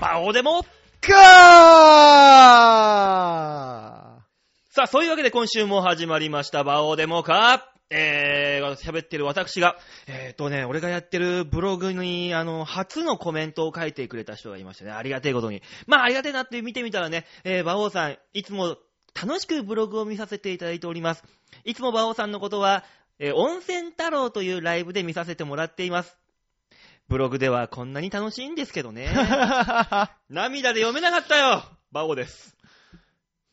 バオでもかさあ、そういうわけで今週も始まりました、バオデモか。えー、喋ってる私が、えーとね、俺がやってるブログに、あの、初のコメントを書いてくれた人がいましたね。ありがてえことに。まあ、ありがてえなって見てみたらね、えー、バオさん、いつも楽しくブログを見させていただいております。いつもバオさんのことは、えー温泉太郎というライブで見させてもらっています。ブログではこんなに楽しいんですけどね。ー涙で読めなかったよバオです。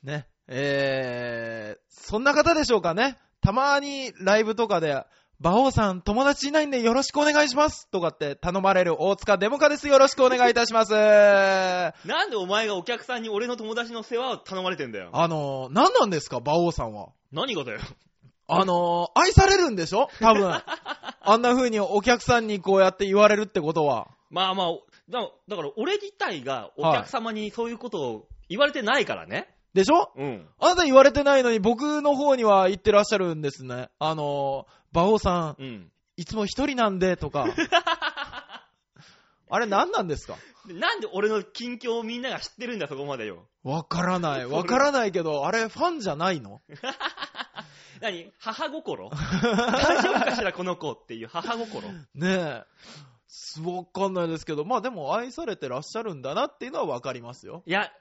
ね。えー、そんな方でしょうかね。たまにライブとかで、馬王さん友達いないんでよろしくお願いしますとかって頼まれる大塚デモカです。よろしくお願いいたします。あなんでお前がお客さんに俺の友達の世話を頼まれてんだよ。のー、何なんですか馬王さんは。何がだよ。 あのー、愛されるんでしょ多分。あんな風にお客さんにこうやって言われるってことは。まあまあ、だだから俺自体がお客様にそういうことを言われてないからね。でしょうん。あなた言われてないのに僕の方には言ってらっしゃるんですね。あのー、馬王さん、うん。いつも一人なんでと か。あれ何なんですかでなんで俺の近況をみんなが知ってるんだ、そこまでよ。わからない。それわからないけど、あれファンじゃないの何母 心大丈夫かしら、この子っていう母心。ねえ。すわかんないですけど、まあでも愛されてらっしゃるんだなっていうのはわかりますよ。いや、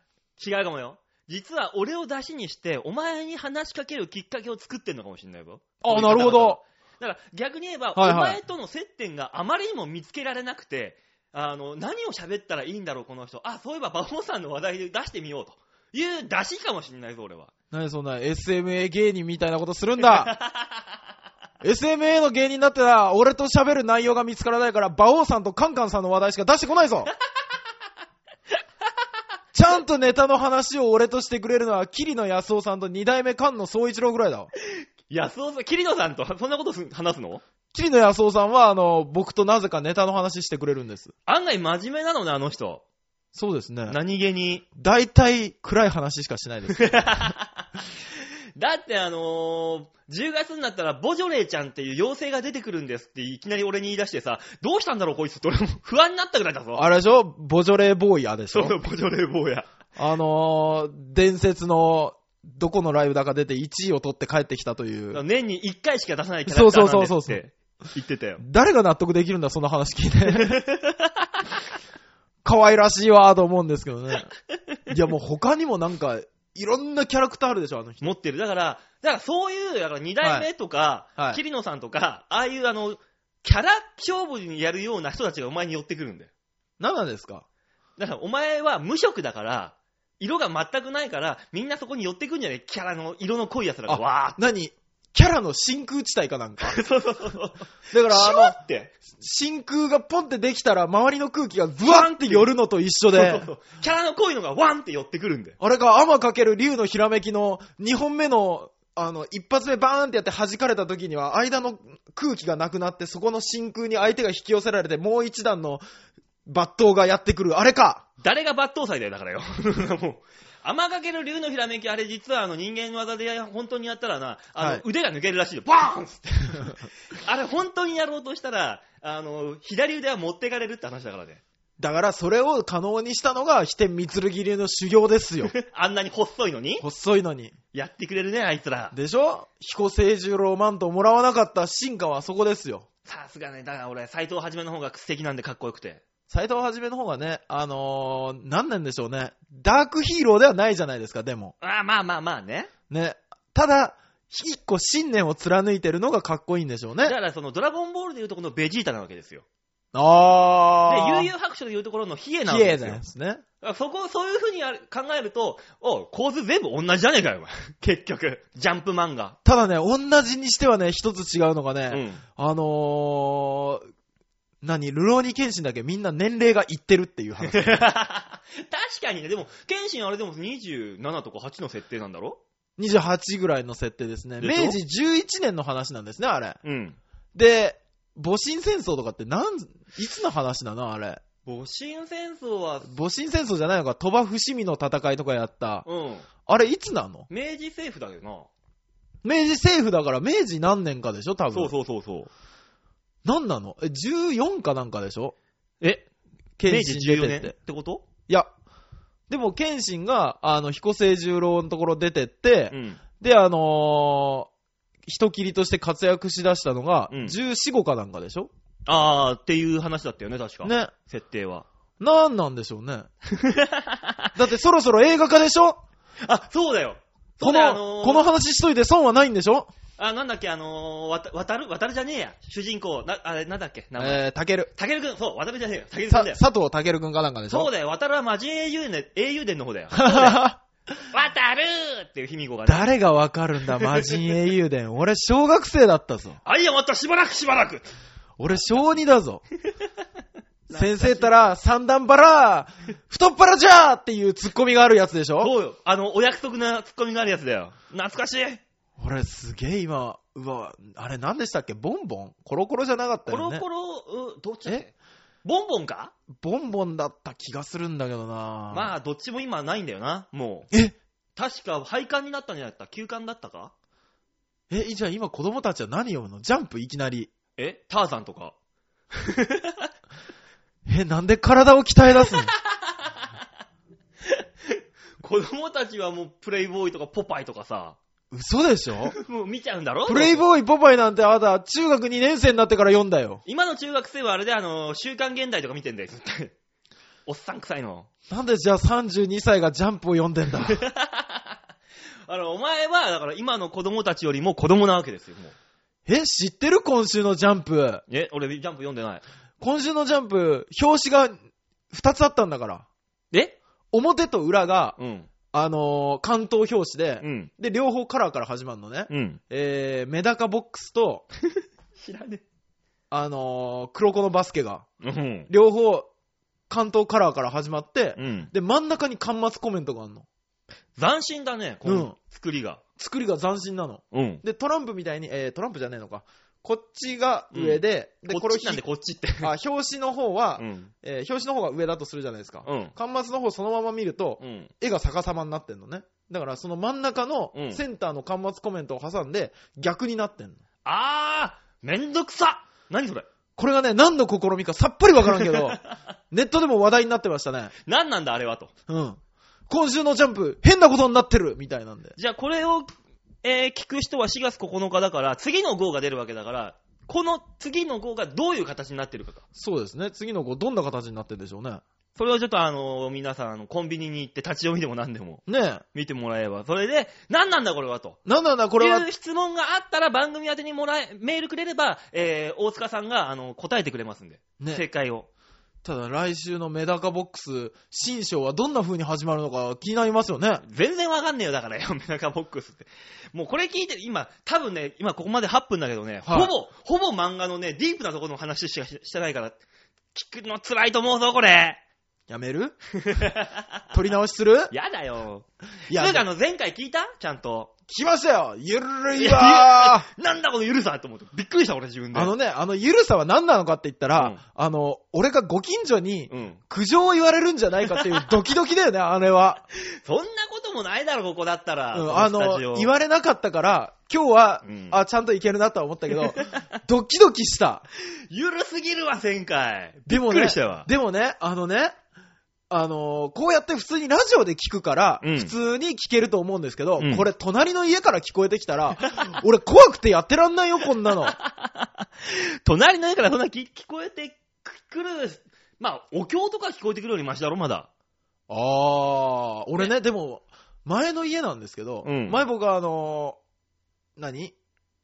違うかもよ。実は俺を出しにして、お前に話しかけるきっかけを作ってんのかもしれないぞ。あ、なるほど。。だから逆に言えば、はいはいお前との接点があまりにも見つけられなくて、あの、何を喋ったらいいんだろう、この人。あ、そういえば、馬王さんの話題で出してみようと。いう出しかもしんないぞ、俺は。何そんな SMA 芸人みたいなことするんだ SMA の芸人だってな、俺と喋る内容が見つからないから、馬王さんとカンカンさんの話題しか出してこない ぞちゃんとネタの話を俺としてくれるのは、桐野安夫さんと二代目菅野総一郎ぐらいだわ。安尾さん、桐野さんと、そんなことす話すの桐野安夫さんは、あの、僕となぜかネタの話してくれるんです。案外真面目なのね、あの人。そうですね。何気に。大体、暗い話しかしないです。だって、あのー10月になったら、ボジョレーちゃんっていう妖精が出てくるんですって、いきなり俺に言い出してさ、どうしたんだろう、こいつって俺も不安になったぐらいだぞ。あれでしょボジョレーボーイヤーでしそょう、ボジョレー坊や。あのー、伝説の、どこのライブだか出て1位を取って帰ってきたという。年に1回しか出さないキャラクターなんですそうそうっそうそうて言ってたよ。誰が納得できるんだ、その話聞いて。可愛らしいわ、と思うんですけどね。いや、もう他にもなんか、いろんなキャラクターあるでしょ、あの人。持ってる。だから、だからそういう、だから2代目とか、はいはい桐野さんとか、ああいうあの、キャラ勝負にやるような人たちがお前に寄ってくるんだよ。何なんですかだからお前は無色だから、色が全くないから、みんなそこに寄ってくんじゃねキャラの色の濃い奴らが。あわーっ何キャラの真空地帯かなんか。て。そうそうそうそう。だから、 シュあのワ、って。真空がポンってできたら、周りの空気がブワンって寄るのと一緒そうでそう、そうキャラの濃いのがワンって寄ってくるんだよ。あれか、天かける竜のひらめきの2本目の、あの、一発目バーンってやって弾かれた時には、間の空気がなくなって、そこの真空に相手が引き寄せられて、もう一段の抜刀がやってくる。あれか誰が抜刀祭だよ、だからよ。 もう。甘かける竜のひらめき、あれ実はあの人間の技で本当にやったらな、あの、はい腕が抜けるらしいよ。バーンっつって。 あれ本当にやろうとしたら、あの、左腕は持ってかれるって話だからね。 だから、それを可能にしたのが、飛天三剣流の修行ですよ。あんなに細いのに、細いのに。やってくれるね、あいつら。でしょ彦星十郎マントをもらわなかった進化はそこですよ。さすがね、だから俺、斎藤はじめの方が素敵なんでかっこよくて。斎藤はじめの方がね、あのー、何なんでしょうね。ダークヒーローではないじゃないですか、でも。あーまあまあまあね。ね。ただ、一個信念を貫いてるのがかっこいいんでしょうだね。からその、ドラゴンボールでいうとこのベジータなわけですよ。で、あー。悠々白書でいうところのヒエなわ綺け麗ですよで。すね。あそこ、そういう風にある考えると、おう構図全部同じじゃねえかよ、お前 結局。ジャンプ漫画。ただね、同じにしてはね、一つ違うのがうね、ん。あのー、何、ルローニケンシンだけみんな年齢がいってるってい う 話。確かにね、でも、剣心あれでも27とか8の設定なんだろ28ぐらいの設定ですね。でしょ明治11年の話なんですね、あれ。うん。で、戊辰戦争とかってなん、いつの話なのあれ。戊辰戦争は、戊辰戦争じゃないのか、鳥羽伏見の戦いとかやった。うん。あれいつなの明治政府だけど明治政府だから明治何年かでしょ多な。そう分。そうそうそう。なんなのえ、14かなんかでしょえ明明治14年ってこといや、でも、謙信が、あの、彦星十郎のところ出てって、うん。で、あのー人切りとして活躍しだしたのが、うん14、5かなんかでしょあーっていう話だったよね、確か。ね。設定は。なんなんでしょうね。 だってそろそろ映画化でしょあ、そうだよ。そこうだの、よあのーこの話しといて損はないんでしょあ、なんだっけ、あのー、わた、渡る、渡るじゃねえや。主人公、な、あれ、なんだっけ、名前。えー、たける。たけるくん、そう、渡るじゃねえよ。たけるくんさだよ。佐藤たけるくんかなんかでしょそうだよ、渡るはマジ英雄伝、英雄伝の方だよ。渡るーっていう卑弥呼がね。 誰がわかるんだ、魔人英雄伝。俺、小学生だったぞ。はい、またしばらくしばらく。俺、小2だぞ。先生ったら、三段腹、太っ腹じゃーっていうツッコミがあるやつでしょそうよ。あの、お約束なツッコミがあるやつだよ。懐かしい。俺、すげえ今、うわ、あれ何でしたっけボンボンコロコロじゃなかったコよロね。コロ、うどっちだっけボンボンかボンボンだった気がするんだけどなまあ、どっちも今ないんだよな、もう。え確か、廃刊になったんじゃなかった休刊だったかえ、じゃあ今子供たちは何読むのジャンプいきなり。えターザンとか。え、なんで体を鍛え出すの子供たちはもう、プレイボーイとかポパイとかさ、 嘘でしょもう見ちゃうんだろプレイーイボーイポパイなんてあなた中学2年生になってから読んだよ。今の中学生はあれで、あの、週刊現代とか見てんだよ、ずっと おっさん臭いの。なんでじゃあ32歳がジャンプを読んで んだあの、お前は、だから今の子供たちよりも子供なわけですよ、もう。え、知ってる今週のジャンプ。え、俺、ジャンプ読んでない。今週のジャンプ、表紙が2つあったんだから。え表と裏が、うん。あのー関東表紙で、うん。で、両方カラーから始まるのね。うん。えー、メダカボックスと、知らねあのー黒子のバスケが、え。うん。両方、関東カラーから始まって、うん。で、真ん中に巻末コメントがあるの。斬新だね、こうんの作りが。作りが斬新なの。うん。で、トランプみたいに、えー、トランプじゃねえのか。こっちが上で、で、こっちなんで、ひこっちって。あ、表紙の方は、うん。えー表紙の方が上だとするじゃないですか。うん。巻末の方そのまま見ると、うん。絵が逆さまになってんのね。だから、その真ん中のうんセンターの巻末コメントを挟んで、逆になってんの。あー、めんどくさ何それこれがね、何の試みかさっぱりわからん けど、ネットでも話題になってましたね。何なんだ、あれはと。うん。今週のジャンプ、変なことになってるみたいなんで。じゃあ、これを、えー聞く人は4月9日だから、次の号が出るわけだから、この次の号がどういう形になってるかと。そうですね。次の子、どんな形になってるんでしょうね。それをちょっとあのー皆さん、あのコンビニに行って立ち読みでも何でもねえ。見てもらえば、それで、何なんだこれはと。なんなんだ、これはいう質問があったら番組宛てにもらえ、メールくれれば、えー大塚さんが、あの、答えてくれますんで。正ね、解を。ただ来週のメダカボックス、新章はどんな風に始まるのか気になりますよね。全然わかんねえよ、だから よ、メダカボックスって。もうこれ聞いて、今、多分ね、今ここまで8分だけどね、はいほぼ、ほぼ漫画のね、ディープなところの話しかししてないから、聞くの辛いと思うぞ、これ。や める取り直しするやだよ。いそや、うか、あ聞の、前回聞いたちゃんと。きましたよゆるいわーなんだこのゆるさと思って。びっくりした、俺自分で。あのね、あのゆるさは何なのかって言ったら、うんあの、俺がご近所にうん。苦情を言われるんじゃないかって いうドキドキだよね、あれは。そんなこともないだろ、ここだったら。うんこあスタジオの、言われなかったから、今日は、うんあ、ちゃんといけるなとは思ったけ ど、ドキドキした。ゆるすぎるわ、前回。でびもっくねりしたわ、でもね、あのね、あのーこうやって普通にラジオで聞くから、うん普通に聞けると思うんですけど、うんこれ隣の家から聞こえてき たら、俺怖くてやってらんないよ、こんなの。隣の家からそんな聞聞こえてくる、まあ、お経とか聞こえてくるよりマシだろ、まだ。あー、俺ね、でも、前の家なんですけど、うん前僕はあのー何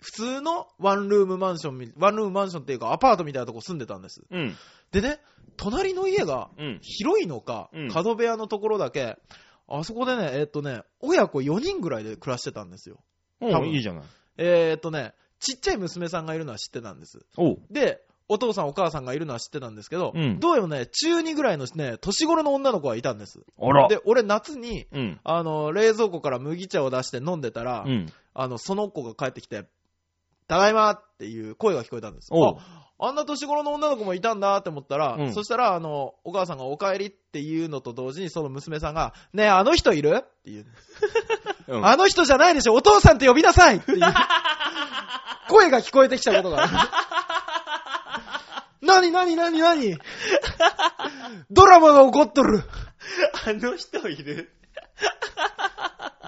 普通のワンルームマンションみ、ワンルームマンションっていうかアパートみたいなとこ住んでたんです。うん。でね、隣の家がうん。広いのか、うん角部屋のところだけ、あそこでね、えーっとね、親子4人ぐらいで暮らしてたんですよ。多分いいじゃない。えーっとね、ちっちゃい娘さんがいるのは知ってたんです。おう。で、お父さんお母さんがいるのは知ってたんですけど、うんどうやらね、中2ぐらいのね、年頃の女の子がいたんです。あら。で、俺夏に、うん。あの、冷蔵庫から麦茶を出して飲んでたら、うん。あの、その子が帰ってきて、ただいまっていう声が聞こえたんです。おうああんな年頃の女の子もいたんだって思ったら、うんそしたら、あの、お母さんがお帰りっていうのと同時に、その娘さんが、ねえ、あの人いるっていう。うんあの人じゃないでしょお父さんって呼びなさいっていう声が聞こえてきたことが ある。なになになになにドラマが起こっとる あの人いる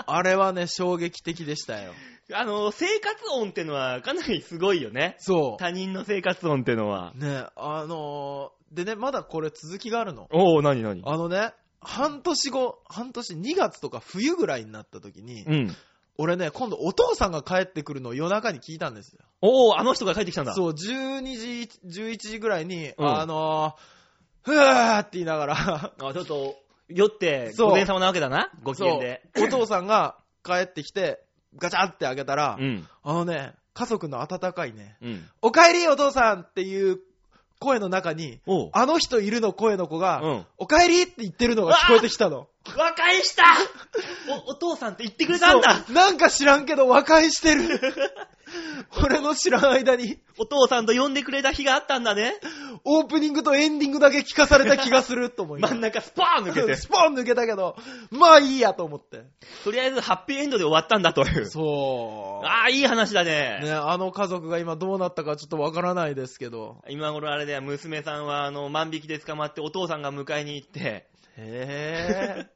あれはね、衝撃的でしたよ。あの、生活音ってのはかなりすごいよね。そ他人の生活音ってのはう。。ね、あのーでね、まだこれ続きがあるの。おおなになにあのね、半年後、半年、2月とか冬ぐらいになった時に、うん。俺ね、今度お父さんが帰ってくるのを夜中に聞いたんですよ。おおあの人が帰ってきたんだ。そう、12時、11時ぐらいに、うんあのー、ふわーって言いな がら、あ、ちょっと、酔って、そうご前様なわけだな。ご機嫌で。そうお父さんが帰ってきて、ガチャって開けたら、うん。あのね、家族の温かいね、うん。おかえりお父さんっていう声の中に、おうあの人いるの声の子が、うんおかえりって言ってるのが聞こえてきたの。和解したお、お父さんって言ってくれたんだそうなんか知らんけど和解してる。 俺の知らん間に、お父さんと呼んでくれた日があったんだね。オープニングとエンディングだけ聞かされた気がすると思い ま真す。ん。中スパーン抜けてスポーン抜けたけど、まあいいやと思って。とりあえずハッピーエンドで終わったんだという。そう。ああ、いい話だね。ね、あの家族が今どうなったかちょっとわからないですけど。今頃あれだよ、娘さんはあの万引きで捕まってお父さんが迎えに行って、へ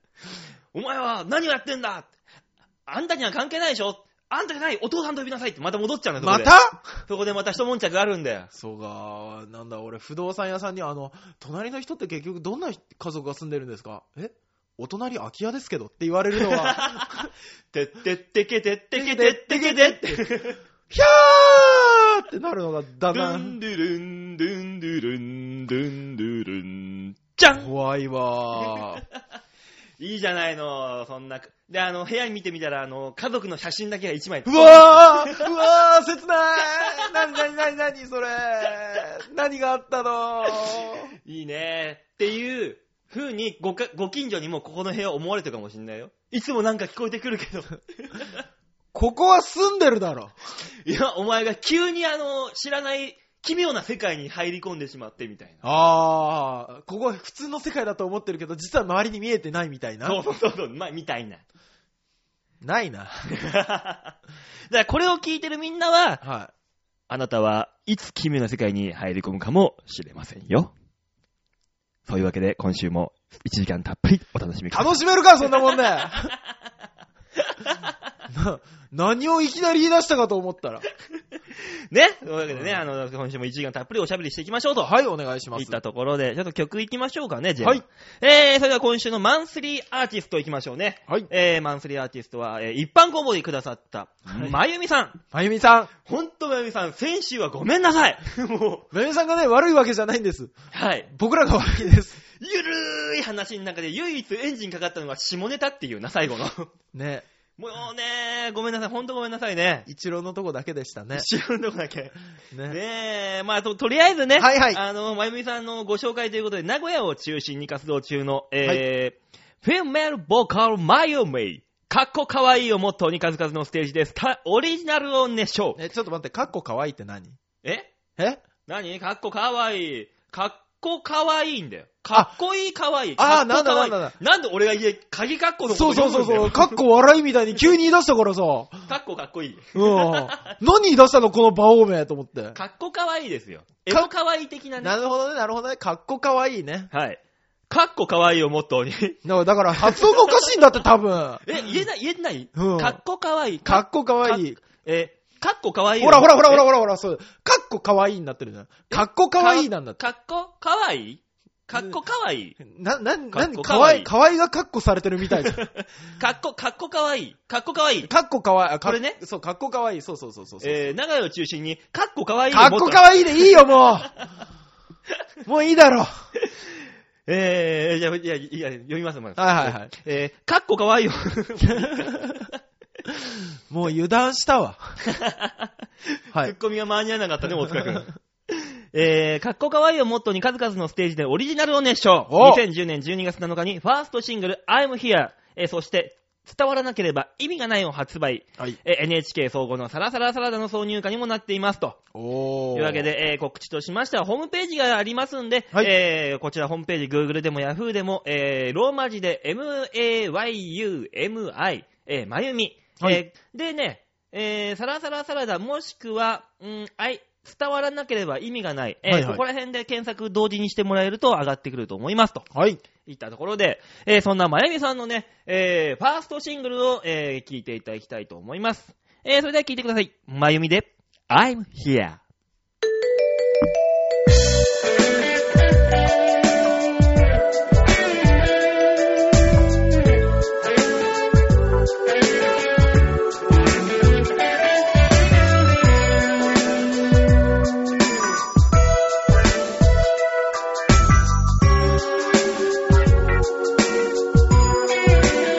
お前は何をやってんだあんたには関係ないでしょあんたじゃないお父さんと呼びなさいってまた戻っちゃうんだよまそこでたそこでまた一悶着あるんだよ。そうか、なんだ、俺、不動産屋さんに、あの、隣の人って結局どんな家族が住んでるんですかえお隣空き家ですけどって言われるのは、てってってけてってけてってけてって。 ひゃーってなるのがだんだルんンドゥルン、ドゥンドゥルン、ドゥンドゥルン、じゃん怖い わー。いいじゃないの、そんな。で、あの、部屋見てみたら、あの、家族の写真だけが一枚。うわーうわー切ないなになになになにそれ何があったのいいねーっていう風にごか、ご近所にもここの部屋思われてるかもしんないよ。いつもなんか聞こえてくるけど。ここは住んでるだろ。いや、お前が急にあの、知らない奇妙な世界に入り込んでしまってみたいあー、ここは普通の世界だと思ってるけど、実は周りに見えてないみたいな。な。そうそうそうそう、まあ、みたいな。 ないな。だからこれを聞いてるみんなは、はあなたはいつ奇妙な世界に入り込むかもしれませんよ。そういうわけで、今週も1時間たっぷりお楽しみい。ください。楽しめるか、そんなもんで、 な何をいきなり言い出したかと思ったら。ねというわけでね、あの、今週も1時間たっぷりおしゃべりしていきましょうと。はい、お願いしまいっす。たところで、ちょっと曲いきましょうかね、じゃあ。はい。えー、それでは今週のマンスリーアーティストいきましょうね。はい。えー、マンスリーアーティストは、えー一般公募でくださった、はいまゆみさん。まゆみさん。ほんとまゆみさん、先週はごめんなさい。 もう、まゆみさんがね、悪いわけじゃないんです。はい。僕らが悪いです。ゆるーい話の中で唯一エンジンかかったのが下ネタっていうな、最後 の。ね。もうねー、ごめんなさい、ほんとごめんなさいね。一郎のとこだけでしたね。一瞬のとこだけ。ね。ねえ、まあと、とりあえずね、はいはいあの、まゆみさんのご紹介ということで、名古屋を中心に活動中の、えーフィメールボーカルまゆみ、かっこかわいいをモットーに数々のステージでスタオリジナルを熱唱。え、ちょっと待って、カッコ可愛いって何ええ何かっこかわいい。かっこかわいいんだよ。かっこいいかわいい。かっこかわいいあーなんだなんだなんだなんで俺が家、鍵かっこのことそうそう読そむだようんそう、カッコ笑いみたいに急に言い出した からさ。うかっこかっこいい。ん。何言い出したのこの馬王名と思って。かっこかわいいですよ。エロかわいい的なね。 なるほどね、なるほどね。カッコ可愛いね。はい。かっこかわいいをモットーに。だからだから発音がおかしいんだって多分。え、言えない、言えない、うんかっこかわいい。カッコ可愛い。えー、かっこかわいい。ほらほらほらほらほらほら、そう。カッコ可愛いになってるじゃん。カッコ可愛いなんだって。かっこかわいいかっこかわいい。な、な、な、かっこ可可愛愛いい、可愛いがカッコされてるみたいじゃん。かっこ、かっこかわいい。かっこかわいい。カッコ可愛い。あ かこれねそう、カッコ可愛い。そうそうそうそうそう。えー、長屋を中心に、かっこかわいい。カッコ可愛いでいいよ、も う。もういいだろ。えー、じゃあ、いや、いや、読みます、まず。はいはいはい。えー、かっこか わいいよ。もう油断した わ。はツッい。コミが間に合わなかったね、大塚君。 えー、かっこかわいいをモットーに数々のステージでオリジナルを熱唱。お2010年12月7日にファーストシングル I'm Here、えーそして伝わらなければ意味がないを発売。はい。えー NHK 総合のサラサラサラダの挿入歌にもなっていますと。おー。というわけ。で、えー告知としましては、ホームページがありますんで、はいえーこちらホームページ、Google でも Yahoo でも、えーローマ字で MAYUMI、えー、まゆみ。はいえーでね、えーサラサラサラダ、もしくは、うん、I、伝わらなければ意味がない。えーはいはいここら辺で検索同時にしてもらえると上がってくると思いますと。はい。いったところで、えーそんなまゆみさんのね、えーファーストシングルを、えー聞いていただきたいと思います。えーそれでは聞いてください。まゆみで、I'm here.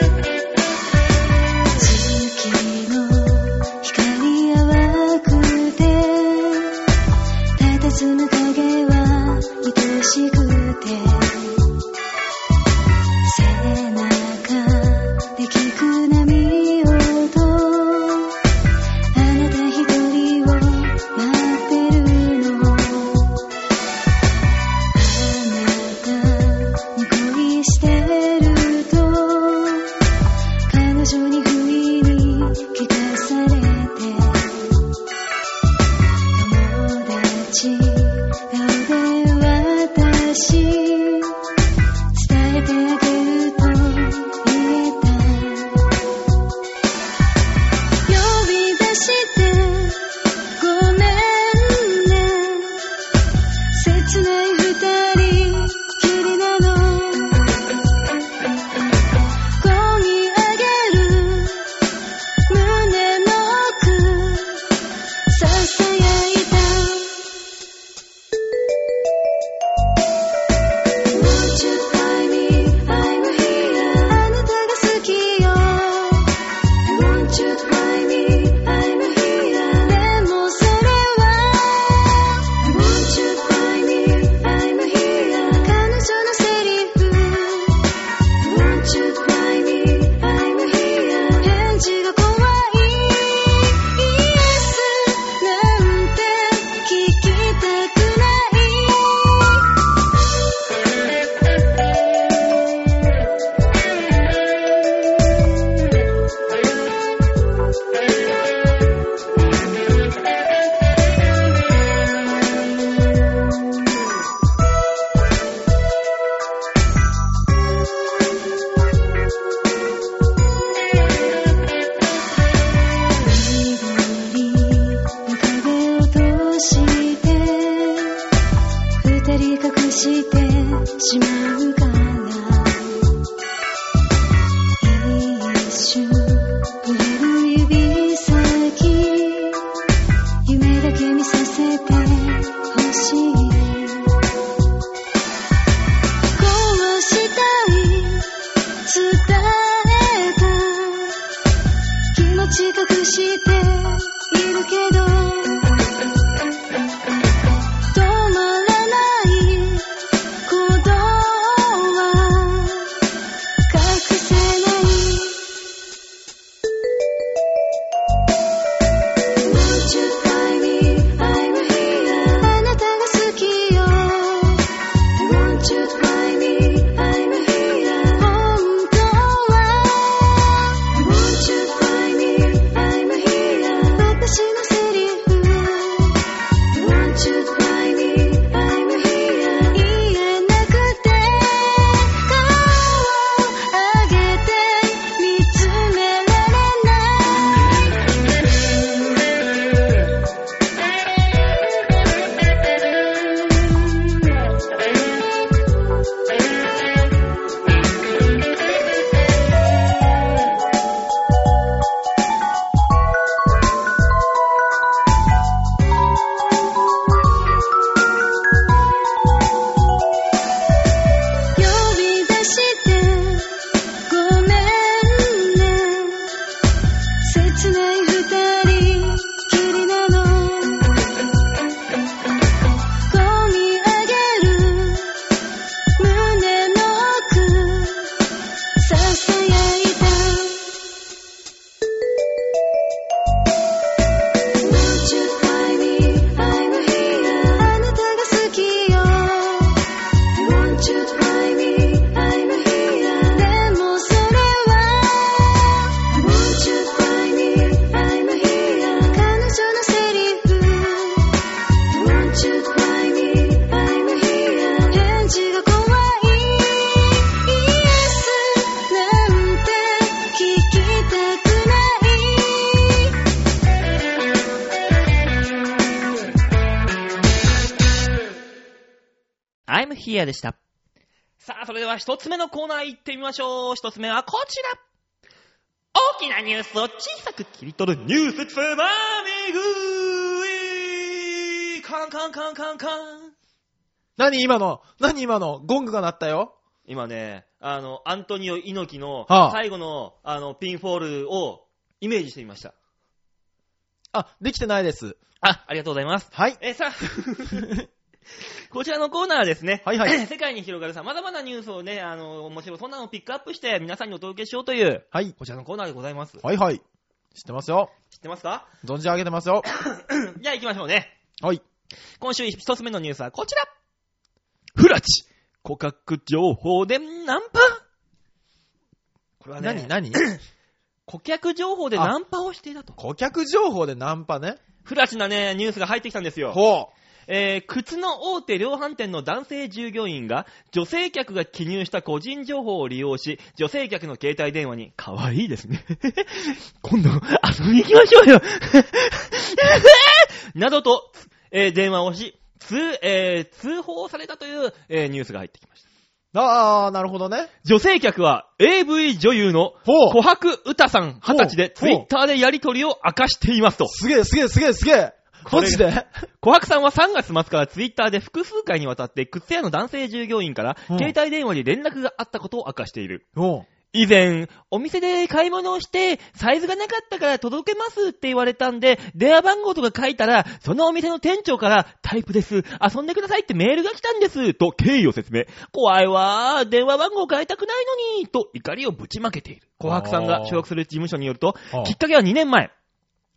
月の光淡くて佇む影は愛しくて背中で聞く波音あなた一人を待ってるのあなたに恋してると彼女に不意に聞かされて友達顔で私伝えてあげると言えた呼び出してごめんね切ない二人きりなのこぎ上げる胸の奥ささやいた「Won't you find me? I'm here」「あなたが好きよ」「Won't you find me? I'm here」「でもそれは」「Won't you find me? I'm here」彼女のセリフ Won't you find me? I'm here. 返事が怖い。Yes なんて聞きたくない。「緑の影を通して」「二人隠してしまうから」「一瞬触れる指先」「夢だけ見させてほしい」「壊したい伝えた」気持ち隠しているけど止まらない鼓動は隠せない Won't you find me? I'm here. I'm here でした。さあ、それでは一つ目のコーナー行ってみましょう。一つ目はこちら。大きなニュースを小さく切り取るニュースつまみ食いカンカンカンカンカン何今の何今のゴングが鳴ったよ今ね、あの、アントニオ猪木のはあ最後のあのピンフォールをイメージしてみました。あ、できてないです。あ、ありがとうございます。はい。えー さあ、こちらのコーナーはですね、はいは い世界に広がる様々なニュースをね、あの、面白い、そんなのをピックアップして皆さんにお届けしようという、はい。こちらのコーナーでございます。はいはい。知ってますよ。知ってますか 存じ上げてますよ。じゃあ行きましょうね。はい。今週一つ目のニュースはこちら。フラチ、顧客情報でナンパこれはね何、 何顧客情報でナンパをしていたと。顧客情報でナンパね。フラチなね、ニュースが入ってきたんですよ。ほえー靴の大手量販店の男性従業員が、女性客が記入した個人情報を利用し、女性客の携帯電話に、可愛いですね。 今度、遊びに行きましょうよ。 などと、えー電話をし、通、えー通報されたという、えーニュースが入ってきました。う。あー、なるほどね。女性客は AV 女優のほ琥珀歌さん20歳でほうツイッターでやりとりを明かしていますと。すげえすげえすげえすげえこマれ ジで琥珀さんは3月末からツイッターで複数回にわたって靴屋の男性従業員からうん携帯電話に連絡があったことを明かしている。うん。以前、お店で買い物をして、サイズがなかったから届けますって言われたんで、電話番号とか書いたら、そのお店の店長から、タイプです、遊んでくださいってメールが来たんです、と経緯を説明。怖いわー、電話番号変えたくないのに、と怒りをぶちまけている。琥珀さんが所属する事務所によると、あきっかけは2年前。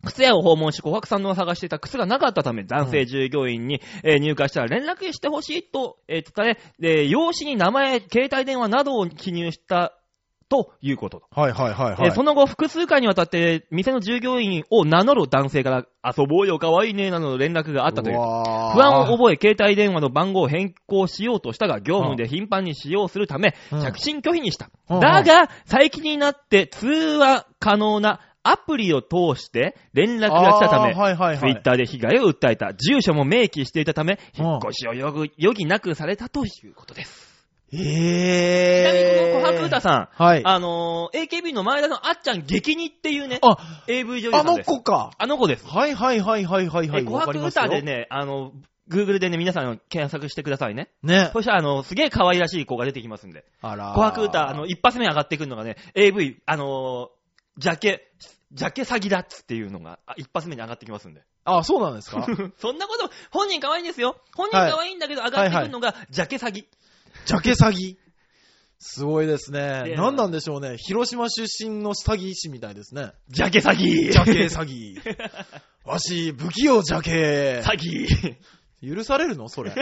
靴屋を訪問し、琥珀さんの探していた靴がなかったため、男性従業員に、えー入会したら連絡してほしいと、えー伝え、えー用紙に名前、携帯電話などを記入したということだ。はいはいはいはえーその後、複数回にわたって、店の従業員を名乗る男性から、遊ぼうよ、かわいいね、などの連絡があったという。不不安を覚え、携帯電話の番号を変更しようとしたが、業務で頻繁に使用するため、うん着信拒否にした。うんだが、最近になって通話可能なアプリを通して連絡が来たため、はいはいツはイい。ッターで被害を訴えた。住所も明記していたため、うん引っ越しを余儀なくされたということです。ちなみにえこー。の琥珀歌さん、はい。あのー AKB の前田のあっちゃん激似っていうね、あ、 AV 女優さあんのです。子か。あの子です。はいはいはいはいはいはえい。琥わかり珀ます歌よで。ね、あの、Google でね、皆さん検索してくださいね。ね。 そしたら、あの、すげえ可愛らしい子が出てきますんで。あらー。琥珀歌、あの、一発目に上がってくるのがね、AV、あのージャケ、ジャケ詐欺だっつっていうのが、あ一発目に上がってきますんで。 あ、そうなんですかそんなこと、本人可愛いんですよ。本人可愛いんだけど、上がってくるのが、ジャケ詐欺。ジャケ詐欺。すごいですねで。何なんでしょうね。広島出身の詐欺師みたいですね。ジャケ詐欺ジャケ詐欺。 わし、不器用ジャケ。詐欺。許されるのそれ。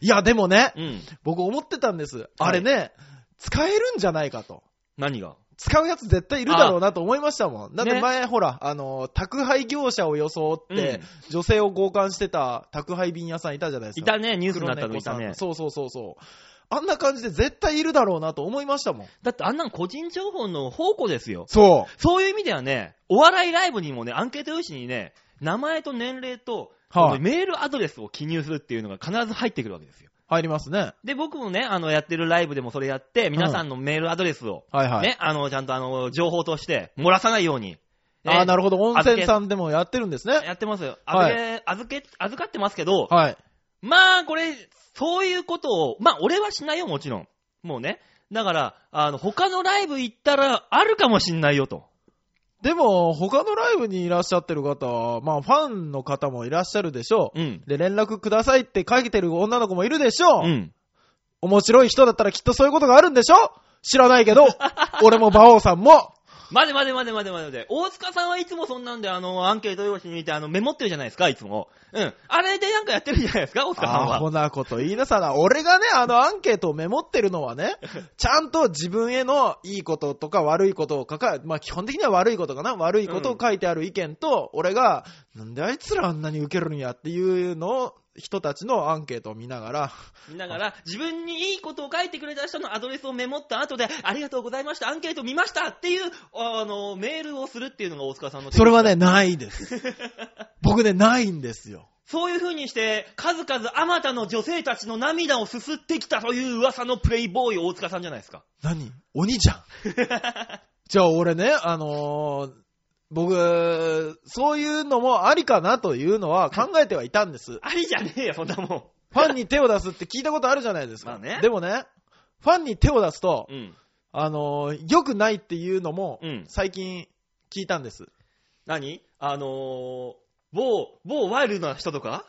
いや、でもね、うん。僕思ってたんです。あれね、使えるんじゃないかと。何が使うやつ絶対いるだろうなと思いましたもん。だってね前、ほら、あの、宅配業者を装って、女性を交換してた宅配便屋さんいたじゃないですいか。たね、ニュースになったのい黒猫さたんね。そうそうそうそう。あんな感じで絶対いるだろうなと思いましたもん。だってあんなの個人情報の宝庫ですよ。そそういう意味ではね、お笑いライブにもね、アンケート用紙にね、名前と年齢と、そはいのメールアドレスを記入するっていうのが必ず入ってくるわけですよ。う。入りますね。で、僕もね、あの、やってるライブでもそれやって、皆さんのメールアドレスを、はいはい。ね、あの、ちゃんとあの、情報として、漏らさないように。ああ、なるるほど。温泉さんでもやってるんですね。やってますよ。は預いけ、預け、預かってますけど、はい。まあ、これ、そういうことを、まあ、俺はしないよ、もちろん。もうね。だから、あの、他のライブ行ったら、あるかもしんないよ、と。でも、他のライブにいらっしゃってる方は、まあ、ファンの方もいらっしゃるでしょう。うん。で、連絡くださいって書いてる女の子もいるでしょう。うん。面白い人だったらきっとそういうことがあるんでしょ知らないけど、俺も馬王さんも。までまでまでまでまでまで。大塚さんはいつもそんなんで、あの、アンケート用紙に見て、あの、メモってるじゃないですか、いつも。うん。あれでなんかやってるじゃないですか、大塚さんアホは。なこと言いなさら、俺がね、あのアンケートをメモってるのはね、ちゃんと自分へのいいこととか悪いことを書か、まあ基本的には悪いことかな、悪いことを書いてある意見と、俺が、なんであいつらあんなに受けるんやっていうのを、人たちのアンケートを見ながら、見ながら、自分にいいことを書いてくれた人のアドレスをメモった後で、ありがとうございました、アンケート見ましたっていう、あの、メールをするっていうのが大塚さんの。それはね、、ないです。僕ね、ないんですよ。そういう風にして、数々あまたの女性たちの涙をすすってきたという噂のプレイボーイ大塚さんじゃないですか。何鬼 じゃん。じゃあ俺ね、あのー僕、そういうのもありかなというのは考えてはいた んです。ありじゃねえよ、そんなもファンに手を出すって聞いたことあるじゃないですか。まあねでもね、ファンに手を出すとん。、うん。あのー良くないっていうのもうん、最近聞いたんです。何あのー、某、某ワイルドな人とか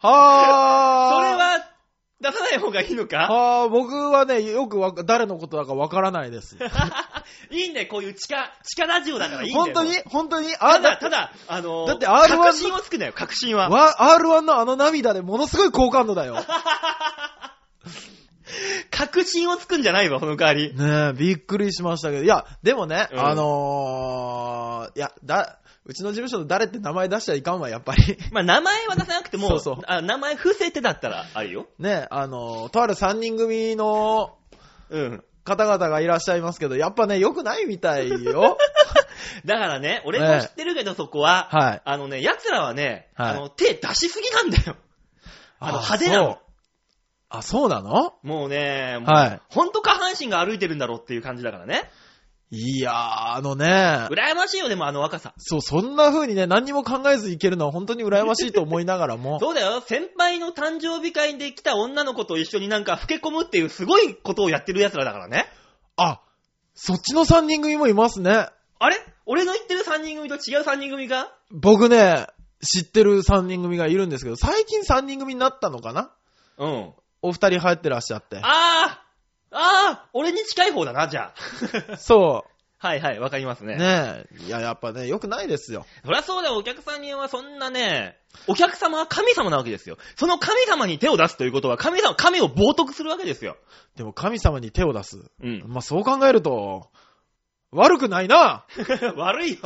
それはー。は、出さない方がいいのかはー、僕はね、よくわか誰のことだかわからないです。 いいんだよ、こういう地下、地下ラジオだからいいんだよ。本当に本当にあたーだ、ただ、あのー、だって R1 の確信をつくなよ、確信は。わ R1 のあの涙でものすごい好感度だよ。確信をつくんじゃないわ、その代わり。ねえ、びっくりしましたけど。いや、でもね、うんあのー、いや、だ、うちの事務所の誰って名前出しちゃいかんわ、やっぱり。 まあ、名前は出さなくても、そうそうあ名前伏せてだったらあるよ。ねえ、あのー、とある3人組のうん。方々がいらっしゃいますけど、やっぱね、良くないみたい よ。だからね、俺も知ってるけど、そこは、はいあのね、奴らはね、はいあの、手出しすぎなんだよ。あの、派手なそうの。あ、そうなのもうね、もう、はいほんと下半身が歩いてるんだろうっていう感じだからね。いやー、あのね、羨ましいよ、でもあの若さ。そう、そんな風にね、何にも考えずいけるのは本当に羨ましいと思いながら も。そうだよ、先輩の誕生日会で来た女の子と一緒になんか老け込むっていうすごいことをやってる奴らだからね。あ、そっちの3人組もいますね。あれ俺の言ってる3人組と違う3人組が僕ね、知ってる3人組がいるんですけど、最近3人組になったのかなうん。お二人入ってらっしゃって。あーあー俺に近い方だな、じゃあ。そ はいはい、わかりますう。ね。ねえ。いや、やっぱね、良くないですよ。そりゃそうだよ、お客さんにはそんなね、お客様は神様なわけですよ。その神様に手を出すということは、神様、神を冒涜するわけですよ。でも神様に手を出す。うん。まあ、そう考えると、悪くないな 悪いよ。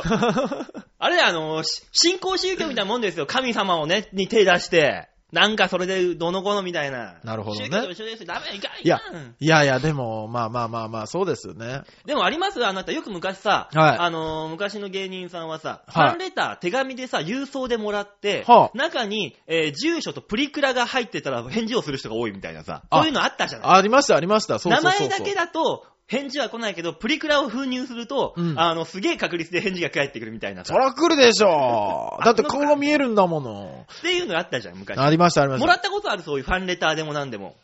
あれだよあの、し信仰宗教みたいなもんですよ。神様をね、に手出して、なんかそれでどの子のみたいな。なるほどね宗教と一緒ですよ。ダメ、いかん、いやかん。いやいや、でも、まあまあまあまあ、そうですよね。でもありますあなた、よく昔さ、はいあのー昔の芸人さんはさ、フはいァンレター、手紙でさ、郵送でもらって、はあ中に、えー住所とプリクラが入ってたら返事をする人が多いみたいなさ、あそういうのあったじゃないありました、ありました。そうそうそうそ名う前だけだと、返事は来ないけど、プリクラを封入すると、うんあの、すげえ確率で返事が返ってくるみたいなそさ、ら来るでしょだって顔が見えるんだもの。っていうのがあったじゃん、昔。ありました、ありましもらた。ったことあるそういうファンレターでもなんでも。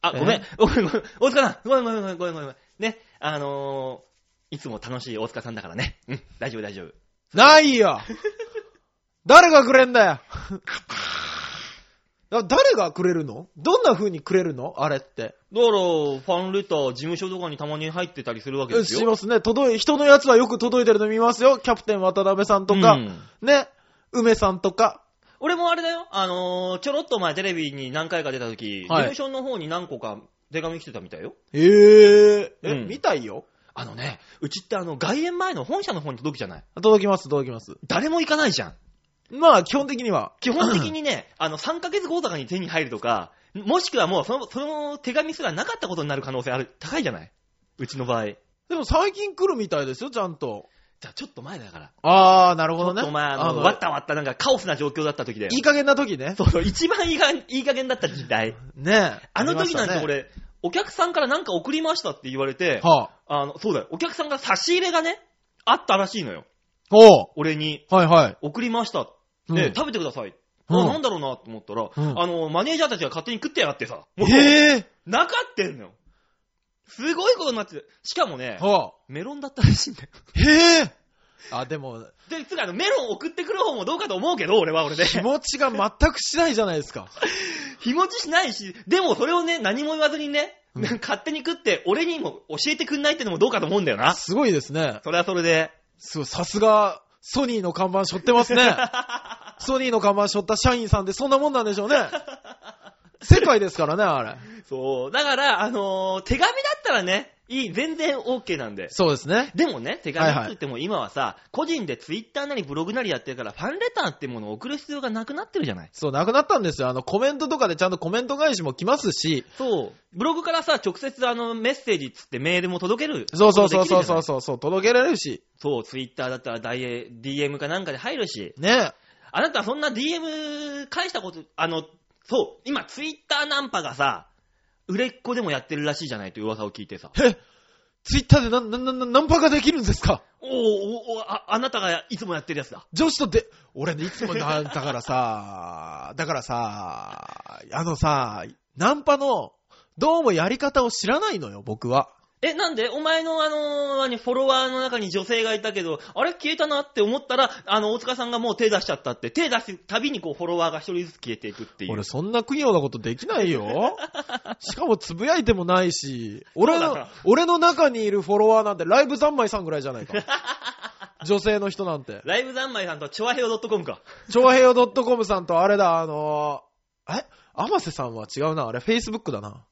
あ、えごめん。 ごめん、ごめん。大塚さん。ごめん、ごめん、ごめん、ごめん。ごめんね。あのー、いつも楽しい大塚さんだからね。うん、大丈夫、大丈夫。ないよ誰がくれんだ よだ誰がくれるのどんな風にくれるのあれって。だから、ファンレター、事務所とかにたまに入ってたりするわけですよ。しますね。届い、人のやつはよく届いてるの見ますよ。キャプテン渡辺さんとか、うんね、梅さんとか。俺もあれだよ。あのー、ちょろっと前テレビに何回か出た時、はい事務所の方に何個か手紙来てたみたいよ。えー、え、うん見たいよ。あのね、うちってあの、外苑前の本社の方に届くじゃない。届きます、届きます。誰も行かないじゃん。まあ、基本的には。基本的にね、あの、3ヶ月後とかに手に入るとか、もしくはもうその、その手紙すらなかったことになる可能性ある、高いじゃないうちの場合。じ でも最近来るみたいですよ、ちゃんと。ゃあちょっと前だから。あー、なるほどね。ちょっと前、あの、わったわったなんかカオスな状況だった時だよ。いい加減な時ね。そうそう、一番いいかいい加減だった時代。ねえ。あの時なんてありまし俺、お客さんからなんか送りましたって言われて、たね。はあ。あの、そうだよ、お客さんから差し入れがね、あったらしいのよ。おう俺に、はいはい。送りました。うんで、食べてください。うんあなんだろうなと思ったら、うんあの、マネージャーたちが勝手に食ってやがってさ。もうへえなかったんのよ。すごいことになってる。しかもね、はメロンだったらしいんだよ。あ。へえあ、でも、で、つうかあの、メロン送ってくる方もどうかと思うけど、俺は俺で。気持ちが全くしないじゃないですか。日持ちしないし、でもそれをね、何も言わずにね、勝手に食って、俺にも教えてくんないってのもどうかと思うんだよな。すごいですね。それはそれで。すごい、さすが、ソニーの看板背負ってます ね。ソニーの看板背負った社員さんってそんなもんなんでしょうね。世界ですからね、あれ。そう。だから、あのー手紙だったらね、いい、全然 OK なんで。そうですね。でもね、手紙って言っても今はさ、個人でツイッターなりブログなりやってるから、ファンレターってものを送る必要がなくなってるじゃない。そう、なくなったんですよ。あの、コメントとかでちゃんとコメント返しも来ますし、そう。ブログからさ、直接あの、メッセージっつってメールも届ける。。そうそうそうそうそううそうそう、届けられるし、そう、ツイッターだったらダイエ DM かなんかで入るし、ね。あなたそんな DM 返したこと、あの、そう、今ツイッターナンパがさ、売れっ子でもやってるらしいじゃないという噂を聞いてさ、え、ツイッターでな、な、な、なナンパができるんですかおーおーおーあ、あなたがいつもやってるやつだ。女子とで、俺ね、いつもな、だからさ、 だからさ、あのさ、ナンパの、どうもやり方を知らないのよ、僕は。え、なんでお前のあの何フォロワーの中に女性がいたけど、あれ消えたなって思ったら、あの、大塚さんがもう手出しちゃったって、手出すたびにこう、フォロワーが一人ずつ消えていくっていう。俺、そんな苦行なことできな いよ。しかも、つぶやいてもないし、俺そうだのな、俺の中にいるフォロワーなんて、ライブ三昧さんぐらいじ ゃないか。女性の人なんて。ライブ三昧さんとチョアヘオ .com か。長平洋 .com さんと、あれだ、あのー、え天瀬さんは違うな。あれ、Facebook だな。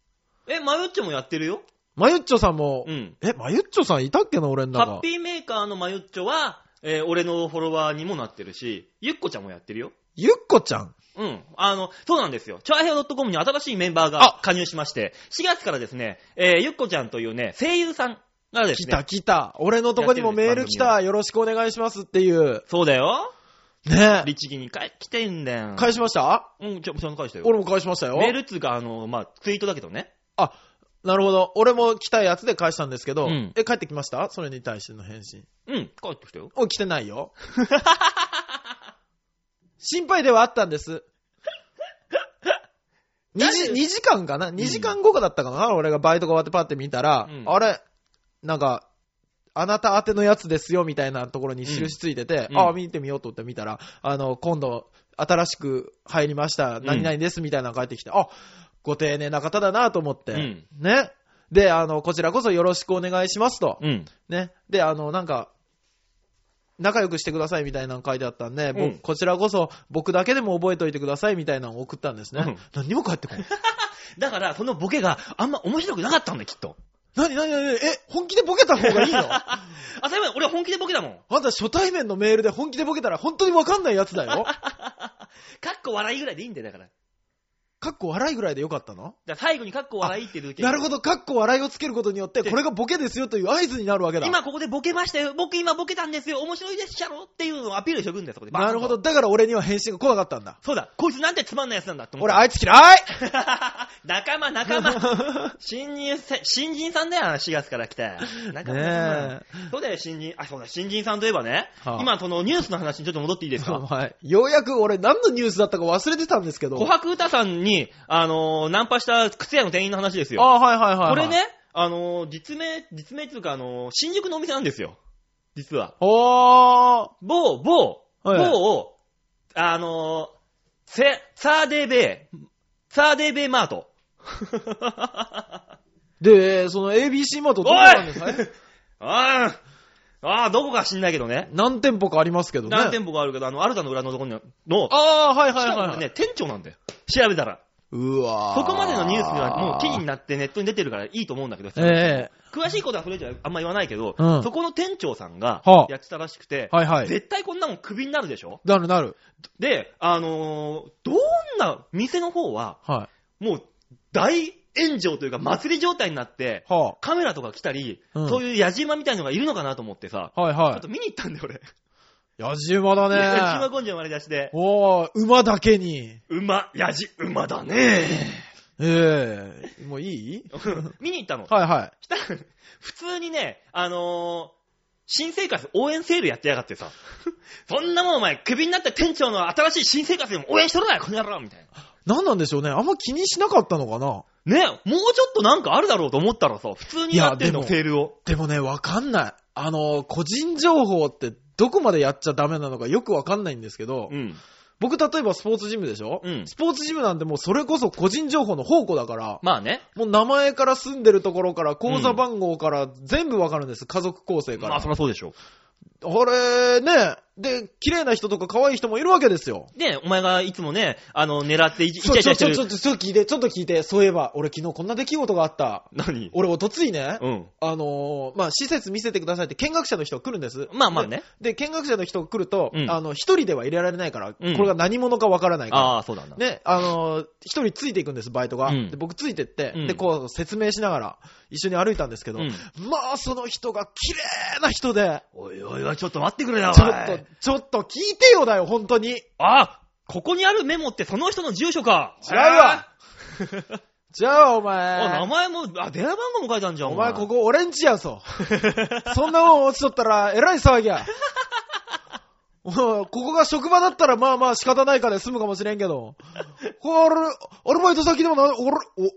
え、マヨッチョもやってるよマユッチョさんも、うん。え、マユッチョさんいたっけな、俺のハ中。ッピーメーカーのマヨッチョは、えー俺のフォロワーにもなってるし、ゆっこちゃんもやってるよ。ゆっこちゃん。うん。あの、そうなんですよ。チョアヘオ .com に新しいメンバーがあ加入しまして、4月からですね、えーゆっこちゃんというね、声優さんがです来ね、た来た。俺のとこにもメール来た。よろしくお願いしますっていう。そうだよ。ねえ。律儀に返来てんだよ。返しましたうん、ちょ、ちゃんと返したよ。俺も返しましたよ。メールっつうか、あの、まあ、ツイートだけどね。あ、なるほど。俺も来たやつで返したんですけど、うんえ、帰ってきましたそれに対しての返信。うん、返ってきたよ。お、来てな いよ。心配ではあったんです。2時、二時間かな ?2 時間後かだったかな、俺がバイトが終わってパって見たら、うんあれ、なんか、あなた宛てのやつですよみたいなところに印ついてて、うんああ、見てみようと思って見たら、あの、今度、新しく入りました、何々ですみたいなのが返ってきて、あ、ご丁寧な方だなと思って、うんね。で、あの、こちらこそよろしくお願いしますと。うん。ね。で、あの、なんか、仲良くしてくださいみたいなの書いてあったんで、ぼうんこちらこそ僕だけでも覚えておいてくださいみたいなのを送ったんですね。うん何にも返ってこない。だから、そのボケがあんま面白くなかったんだよ、きっと。何何何え、本気でボケた方がい いのああ、そういえば俺本気でボケだもん。んた初対面のメールで本気でボケたら本当にわかんないやつだよ。かっこ笑いぐらいでいいんだよ、だから。だかかっこ笑いぐらいでよかったのら最後にかっこ笑いって言うけなるほど。ど、かっこ笑いをつけることによって、でこれがボケですよという合図になるわけだ。今ここでボケましたよ。僕今ボケたんですよ。面白いでっしゃろっていうのをアピールしとくんだよ、そこで。バーンなるとほど、。だから俺には返信が来なかったんだ。そうだ、こいつなんてつまんないやつなんだって思っ俺、た。あいつ嫌い 仲間、仲間。 新人せ、新人さんだよ、4月から来た。仲間仲間ねそうだよ、新人。あ、そうだ、新人さんといえばね、はあ今、そのニュースの話にちょっと戻っていいです え。おか前ようやく俺何のニュースだったか忘れてたんですけど。琥珀歌さんに、あのーナンパした靴屋の店員の話ですよ。あーはいはいはい、はい。これ。ね、あのー実名、実名っていうか、あのー新宿のお店なんですよ。実は。おー。某、某、はい某、あのーせ、サーデーベイ、サーデーベイマー ト。で、その ABC マートどこおいなんですかねあーあー、どこか知んないけどね。 何店舗かありますけどね。何店舗があるけど、あの、アルタの裏のところに、の、ああ、はいはしいかはいはもい。ね、店長なんだよ。調べたら。うわーそこまでのニュースがもう記事になってネットに出てるからいいと思うんだけど、え詳しいことはそれ以上あんま言わないけど、うんそこの店長さんがはあやってたらしくてえ、はいはい。絶対こんなもんクビになるでしょなるなる。で、あのーどんな店の方は、はもう大炎上というか祭り状態になって、い。はカメラとか来たり、うんそういう矢島みたいのがいるのかなと思ってさ、あ。はいちょはっと見に行ったんだよ俺。い。矢島だ矢島ね。根性生まれ出して、おー、馬だけに。馬、やじ馬だね。ええもういい 見に行ったの。はいはしたら、普通にね、あのー新生活応援セールやってやがって さ、そんなもんお前、クビになった店長の新しい新生活でも応援しとるなよ、この野郎みたいい。何なんでしょうね。あんま気にしなかったのかなな。ねもうちょっとなんかあるだろうと思ったらさ、普通にやってんの、いやでもセールを。でもね、わかんない。あの、個人情報ってどこまでやっちゃダメなのかよくわかんないんですけど、うん。僕例えばスポーツジムでしょ、うんスポーツジムなんてもうそれこそ個人情報の宝庫だから、まあね。もう名前から住んでるところから、口座番号から全部わかるんです、家族構成かまら。あそりゃそうでしょ。あれね、で、綺麗な人とか可愛い人もいるわけですよ。ね、お前がいつもね、あの、狙ってい、イチちょ、ャイちチャょ、してちょ、ちょ、る。ちょ、ちょ、聞いて、ちょっと聞いて、そういえば、俺昨日こんな出来事があった。何俺、おとついね、うん。あのーまあ、施設見せてくださいって見学者の人が来るんです。まあまあね。で、で見学者の人が来ると、うんあの、一人では入れられないから、うんこれが何者かわからないから。ああ、そうなんだ。ね、あのー一人ついていくんです、バイトが。うんで、僕ついてって、うんで、こう、説明しながら、一緒に歩いたんですけど、うんまあ、その人が綺麗な人で、おいおいおい、ちょっと待ってくれよ、ちょおっとい。、ちょっと聞いてよだよ、本当に。違あここにあるメモってその人の住所か。うわへー違うわ、おあ、名前。前も、あ、電話番号も書いてあるじゃん、お前、ここ俺んちやぞ。 そんなもん落ちとったら、えらい騒ぎや。 もうここが職場だったら、まあまあ仕方ないから済むかもしれんけど。これ、アルバイト先でもな、俺、お、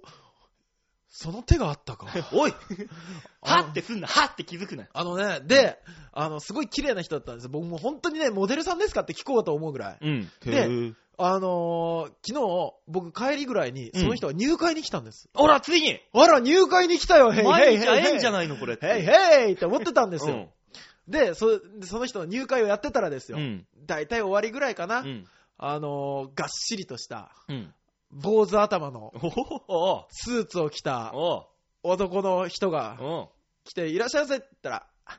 その手があったか。おい あはってすんな、はって気づくなよ。あのね、で、あの、すごい綺麗な人だったんです僕もう本当にね、モデルさんですかって聞こうと思うぐらい。うん。でへー、あのー昨日、僕帰りぐらいに、その人が入会に来たんです。ほら、ついにあら、入会に来たよ、へいへ毎い日へい会えへんい。じゃないの、これって。へいいへいって思ってたんでですよ。。でそ、その人の入会をやってたらですうよ。ん。大体終わりぐらいかな、うん。あのーがっしりとした、うん。坊主頭のおほほほスーツを着たお男の人がお来て、いらっしゃいませって言ったら、あ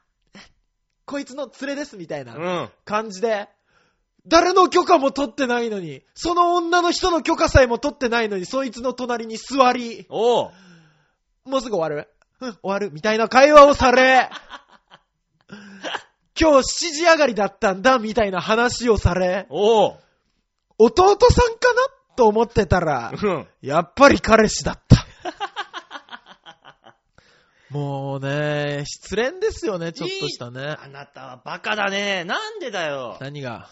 こいつの連れですみたいなうん。感じで、誰の許可も取ってないのに、その女の人の許可さえも取ってないのに、そいつの隣に座り、おうもうすぐ終わる。うん、終わる。みたいな会話をされ、 今日7時上がりだったんだ、みたいな話をされ、おう弟さんかなと思ってた ら、うん。やっぱり彼氏だった。もうね、失恋ですよね、ちょっとしたね。あなたはバカだね。なんでだよ。何が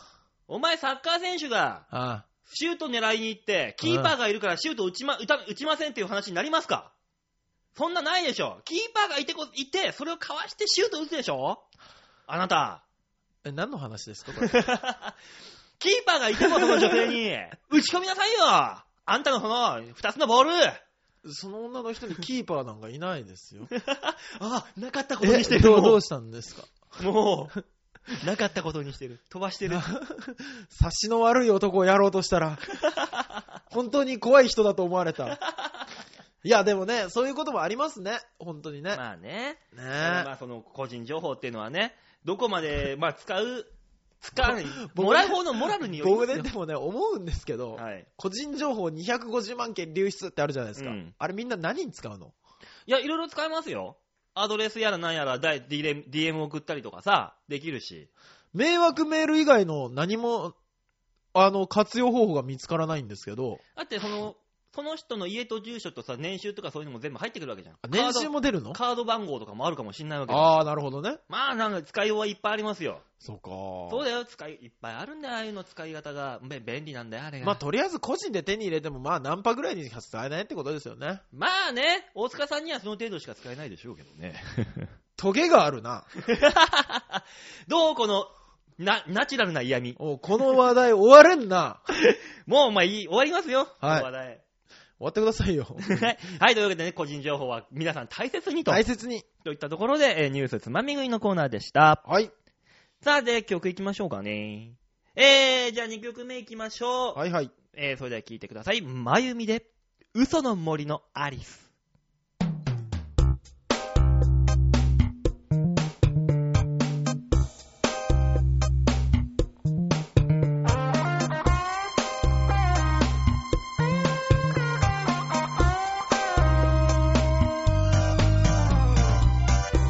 お前サッカー選手がああシュート狙いに行って、キーパーがいるからシュート打ちま、打た打ちませんっていう話になりますかそんなないでしょ。キーパーがいてこ、いて、それをかわしてシュート打つでしょあなた。え、何の話ですかこキれーパーがいてこその女性 に、打ち込みなさいよあんたのその、二つのボール その女の人にキーパーなんかいないですよ。あ、なかったことえにしてる。どうどもうしたんですかう、もうなかったことにしてる。飛ばして る。察しの悪い男をやろうと したら、本当に怖い人だと思われた。いや、でもね、そういうこともありますね。本当にね。まあね。ねまあその個人情報っていうのはね、どこまで、まあ使う、使う、僕もらう方のモラルによりま僕すね、よで。もね、思うんですけど、はい。個人情報250万件流出ってあるじゃないですか。うんあれみんな何に使うのいや、いろいろ使えますよ。アドレスやらなんやら、だい DM, DM 送ったりとかさ、できるし。迷惑メール以外の何も、あの、活用方法が見つからないんですけど、だってその、その人の家と住所とさ、年収とかそういうのも全部入ってくるわけじゃん。あ年収も出るのカードカード番号とかもあるかもしんないわけじゃんああ、なるほどね。まあなんか使いようはいっぱいありますよ。そうか。そうだよ、使い、いっぱいあるんだよ、ああいうの使い方が。べ便利なんだよ、あれが。まあ、とりあえず個人で手に入れても、まあ、ナンパぐらいにしか使えないってことですよね。まあね、大塚さんにはその程度しか使えないでしょうけどね。トゲがあるな。 どうこの、な、ナチュラルな嫌味。おこの話題終われんな。もう、まあいい、終わりますよ。はいこの話題。 終わってくださいよ。はい。はい、というわけでね、個人情報は皆さん大切にと。大切に。といったところで、えーニュースつまみ食いのコーナーでした。はい。さあ、で、曲いきましょうかね。えー、じゃあ2曲目いきましょう。はいはい。えー、それでは聴いてください。まゆみで、嘘の森のアリス。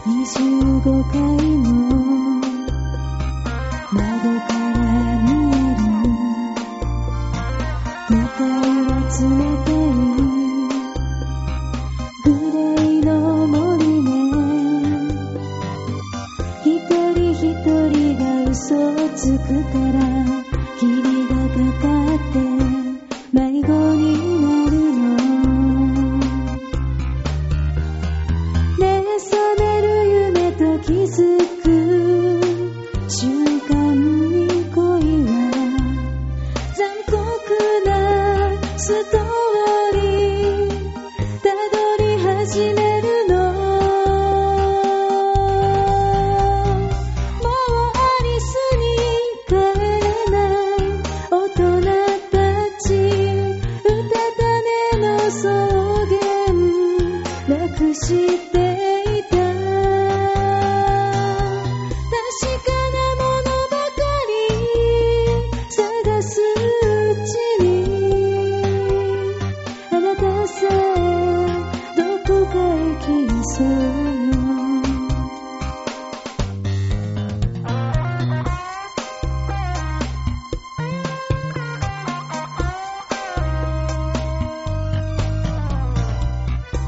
25階の窓から見える舞台はつめてるグレーの森が一人一人が嘘をつくから霧がかかって迷子になるの目覚める夢と気づく瞬間に恋は残酷なストーリーたどり始めるのもうアリスに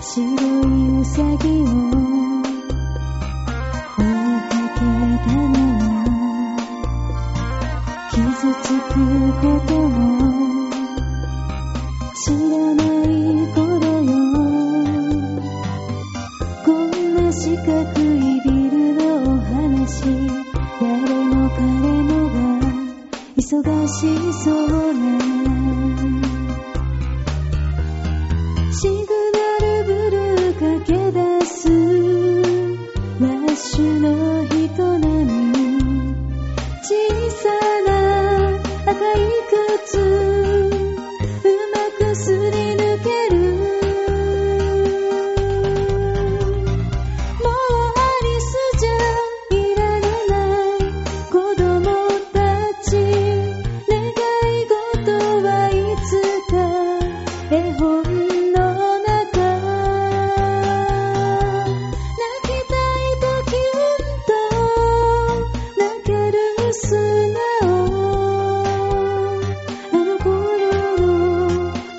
白いうさぎを追いかけたのは傷つくことを知らない頃よこんな四角いビルのお話誰も彼もが忙しそうねシグナルブルー駆け出すラッシュの人並み小さな赤い靴うまくすり抜けるもうアリスじゃいられない子供たち願い事はいつか絵本の中泣きたいときうんと泣ける素直あの頃私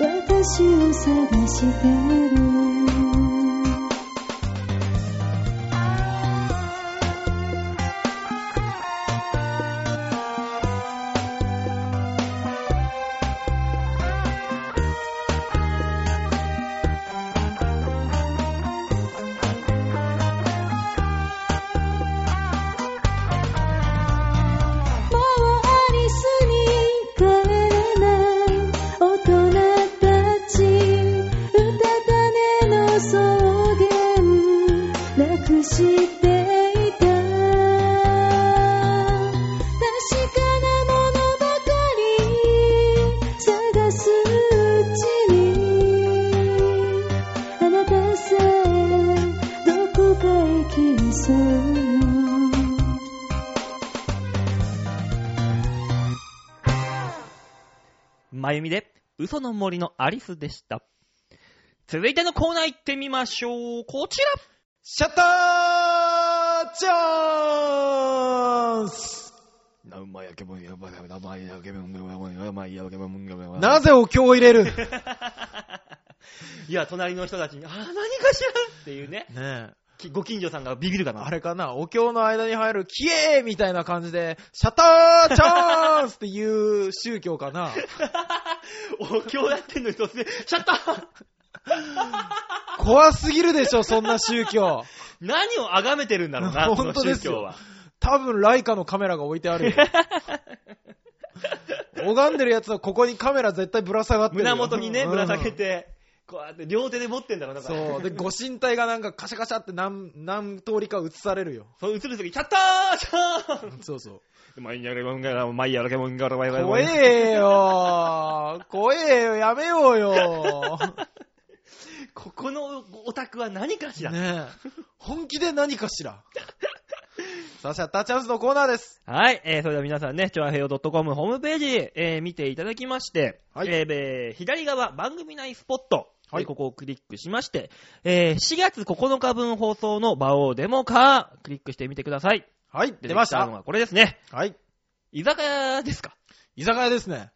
を探してるもうアリスに帰れない大人たちうたた寝の草原なくしていた確かなものばかり探すうちにあなたさえどこかへ消えそうよまゆみで、嘘の森のアリスでした。続いてのコーナー行ってみましょう。こちらシャッターチャンスなぜお経を入れるねいや、隣の人たちに、あー、何かしらっていうね、え。きご近所さんがビビるかな。あれかなお経の間に入る、キエーみたいな感じで、シャッターチャンスっていう宗教 かなお経やってんのに突然、シャッター怖すぎるでしょ、そんな宗教。何を崇めてるんだろうな、この 本当で宗すよ教は。多分、ライカのカメラが置いて あるよ。拝んでる奴はここにカメラ絶対ぶら下がってるよ。胸元にね、うんぶら下げて、こうやって両手で持ってんだろうな、そう。で、ご神体がなんかカシャカシャって何、何通りか映されるよ。 そう映るとき、シャッターシャーンそうそう。マイヤレモンガラ、マイヤレモンガラ、マイヤレモ怖ンガラ。えよ怖えよやめようよここのオタクは何かしら。ねえ。本気で何かしら。 さあ、シャッターチャンスのコーナーです。はい、えー、それでは皆さんね、ちょあへよ .com ホームページ、えー、見ていただきまして、はいえーえー左側、番組内スポット、はいえーここをクリックしまして、えー、4月9日分放送の場をデモか、クリックしてみてください。はい、出ましのた。はこれですね。はい。居酒屋ですか居酒屋ですね。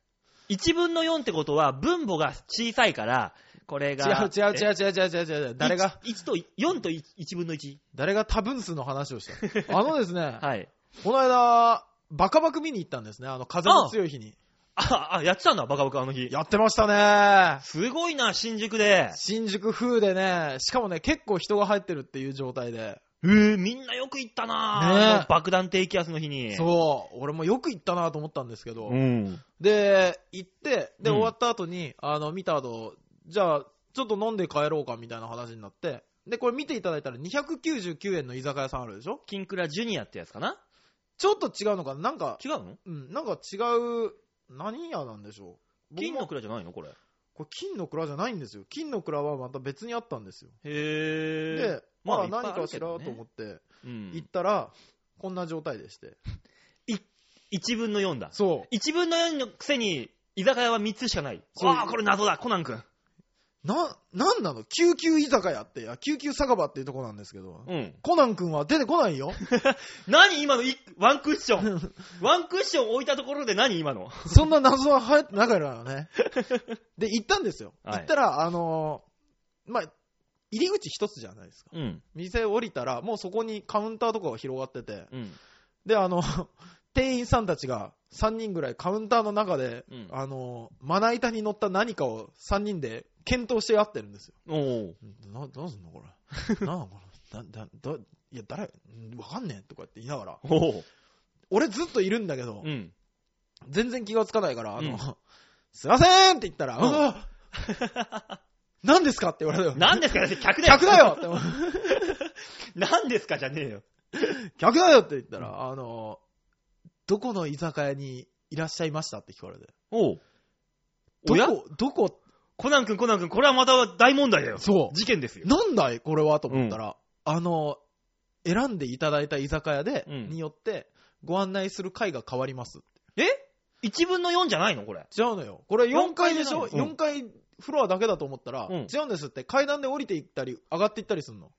1分の4ってことは、分母が小さいから、これ違が。う違う違う違う違う違う違う。誰が、 1, と4と1分の1。誰が多分数の話をした の。あのですね、はい。この間、バカバク見に行ったんですね。あの、風の強い日に。あ、あ、やってたんだ、バカバカあの日。やってましたね。すごいな、新宿で。新宿風でね、しかもね、結構人が入ってるっていう状態で。えー、みんなよく行ったなねえあの爆弾低気圧の日に。そう、俺もよく行ったなと思ったんですけど。ん。で、行って、で、うん終わった後に、あの、見た後、じゃあ、ちょっと飲んで帰ろうかみたいな話になって、で、これ見ていただいたら299円の居酒屋さんあるでしょキンクラジュニアってやつかなちょっと違うのかななんか、違うのうん、なんか違う、何屋なんでしょう僕も金の蔵じゃないのこれ。これ金の蔵じゃないんですよ。金の蔵はまた別にあったんですよ。へで、まあ何かしらとと思ってうん行ったら、こんな状態でして。 1分の4だ。そう。 1分の4のくせに、居酒屋は3つしかない。そうああ、これ謎だ、コナン君。な、なんなの救急居酒屋って、あ救急酒場っていうとこなんですけど、うん。コナン君は出てこないよ。何今のいワンクッショ ン。ワンクッション置いたところで何今の。そんな謎は流行っ てなかったよね。で、行ったんですよ。はい行ったら、あのーまあ、1入り口一つじゃないですか。うん。店降りたら、もうそこにカウンターとかが広がってて、うん。で、あの、 店員さんたちが3人ぐらいカウンターの中で、うんあの、まな板に乗った何かを3人で検討して合ってるんですよ。おーな、どうすんの これ。なんこれ。だ、だ、だ、いや、誰、んわかんねえとかって言いながら、おー俺ずっといるんだけど、うん。全然気がつかないから、あの、うん すいませんって言ったら、うんうわ 何ですかって言われたよ。何ですか客だよ客だよって思う何ですかじゃねえよ。客だよって言 ったら、あの、どこの居酒屋にいらっしゃいましたって聞かれて。おう。どおやこ、どこ、コナン君、コナン君、これはまた大問題だよ。そ事件ですよう。。なんだいこれはと思ったら、あの、選んでいただいた居酒屋で、うんによって、ご案内する回が変わります。え一分の四じゃないのこれ。違うのよ。これ4階でしょ四階じゃない ?4 階フロアだけだと思ったら、うん違うんですって。階段で降りていったり、上がっていったりするの。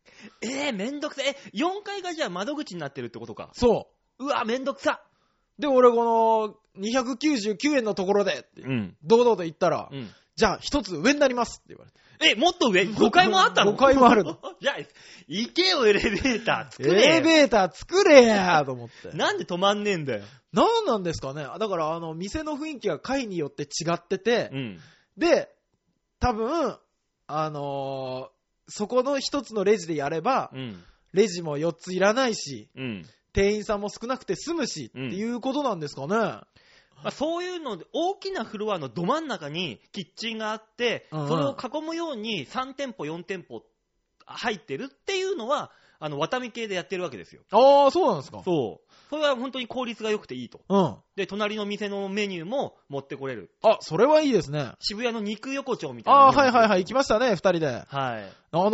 えー、めんどくさ。え、4階がじゃあ窓口になってるってことか。そうわ、めんどくさ。う。で、俺この、299円のところでって、うん。堂々と言ったら、うん。じゃあ一つ上になりますって言われて。え、もっと 上 ?5 階もあったの ?5 階もある の。じゃあ、行けよ、エレベーター。作エれよレベーター作れやと思って。な、なんで止まんねえんだよ。なんなんですかねだから、あの、店の雰囲気が階によって違ってて、うん。で、多分、あのーそこの一つのレジでやれば、うん。レジも4ついらないし、うん。店員さんも少なくて済むし、っていうことなんですかね。まあ、そういうので、大きなフロアのど真ん中にキッチンがあって、うんうんそれを囲むように3店舗、4店舗入ってるっていうのは、あの、ワタミ系でやってるわけですよ。ああ、そうなんですか。そう。それは本当に効率が良くていいと。うん。あ、で、隣の店のメニューも持ってこれる。それはいいですね。渋谷の肉横丁みたいな。ああ、はいはいはい、行きまましたね、二人で。あす。はい。のー、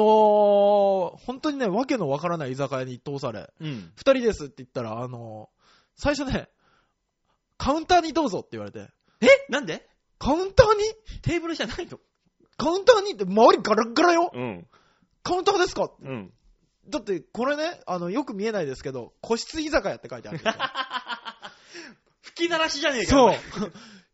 本当にね、わけのわからない居酒屋に通され、うん。二人ですって言ったら、あのー、最初ね、カウンターにどうぞって言われて、えなんでカウンターにテーブルじゃないのカウンターにって周りガラッガラようん。カウンターですかうん。だって、これね、あの、よく見えないですけど、個室居酒屋って書い てあるんですよ。吹きだらしじゃねえか。 そう。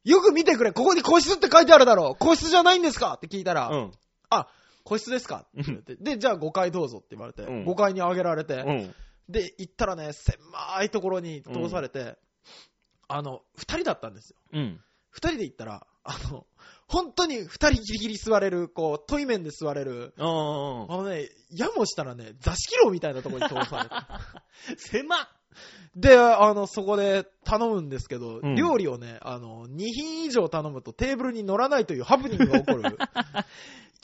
よく見てくれ、ここに個室って書いてあるだろう。個室じゃないんですかって聞いたら、お前あ、個室ですかって言われて、で、じゃあ5階どうぞって言われて、うん5階に上げられて、うん。うん。で、行ったらね、狭いところに通されて、あの、2人だったんですよ。うん。 2人で行ったら、あの、本当に2人ギリギリ座れる、こう、対面で座れる、ああのね、やもしたらね、座敷牢みたいなところに通 されて。ー狭っで、あの、そこで頼むんですけど、うん料理をね、あの、2品以上頼むとテーブルに乗らないというハプニングが起こ る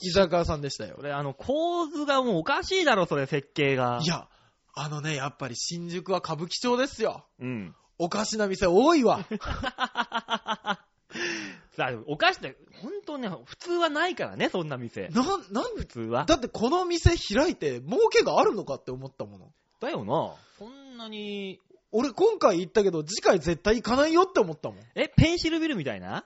居酒屋さんでしたよそ。れ、あの、構図がもうおかしいだろ、それ、設計が。い。や、あのね、やっぱり新宿は歌舞伎町ですよ。うん。 おかしな店多いわ。さあ、お菓子って、ほんとね、普通はないからね、そんな店。なん、なん普通は。だってこの店開いて儲けがあるのかって思ったもの。だよな。そんなに、俺今回行ったけど、次回絶対行かないよって思ったもん。え、ペンシルビルみたいな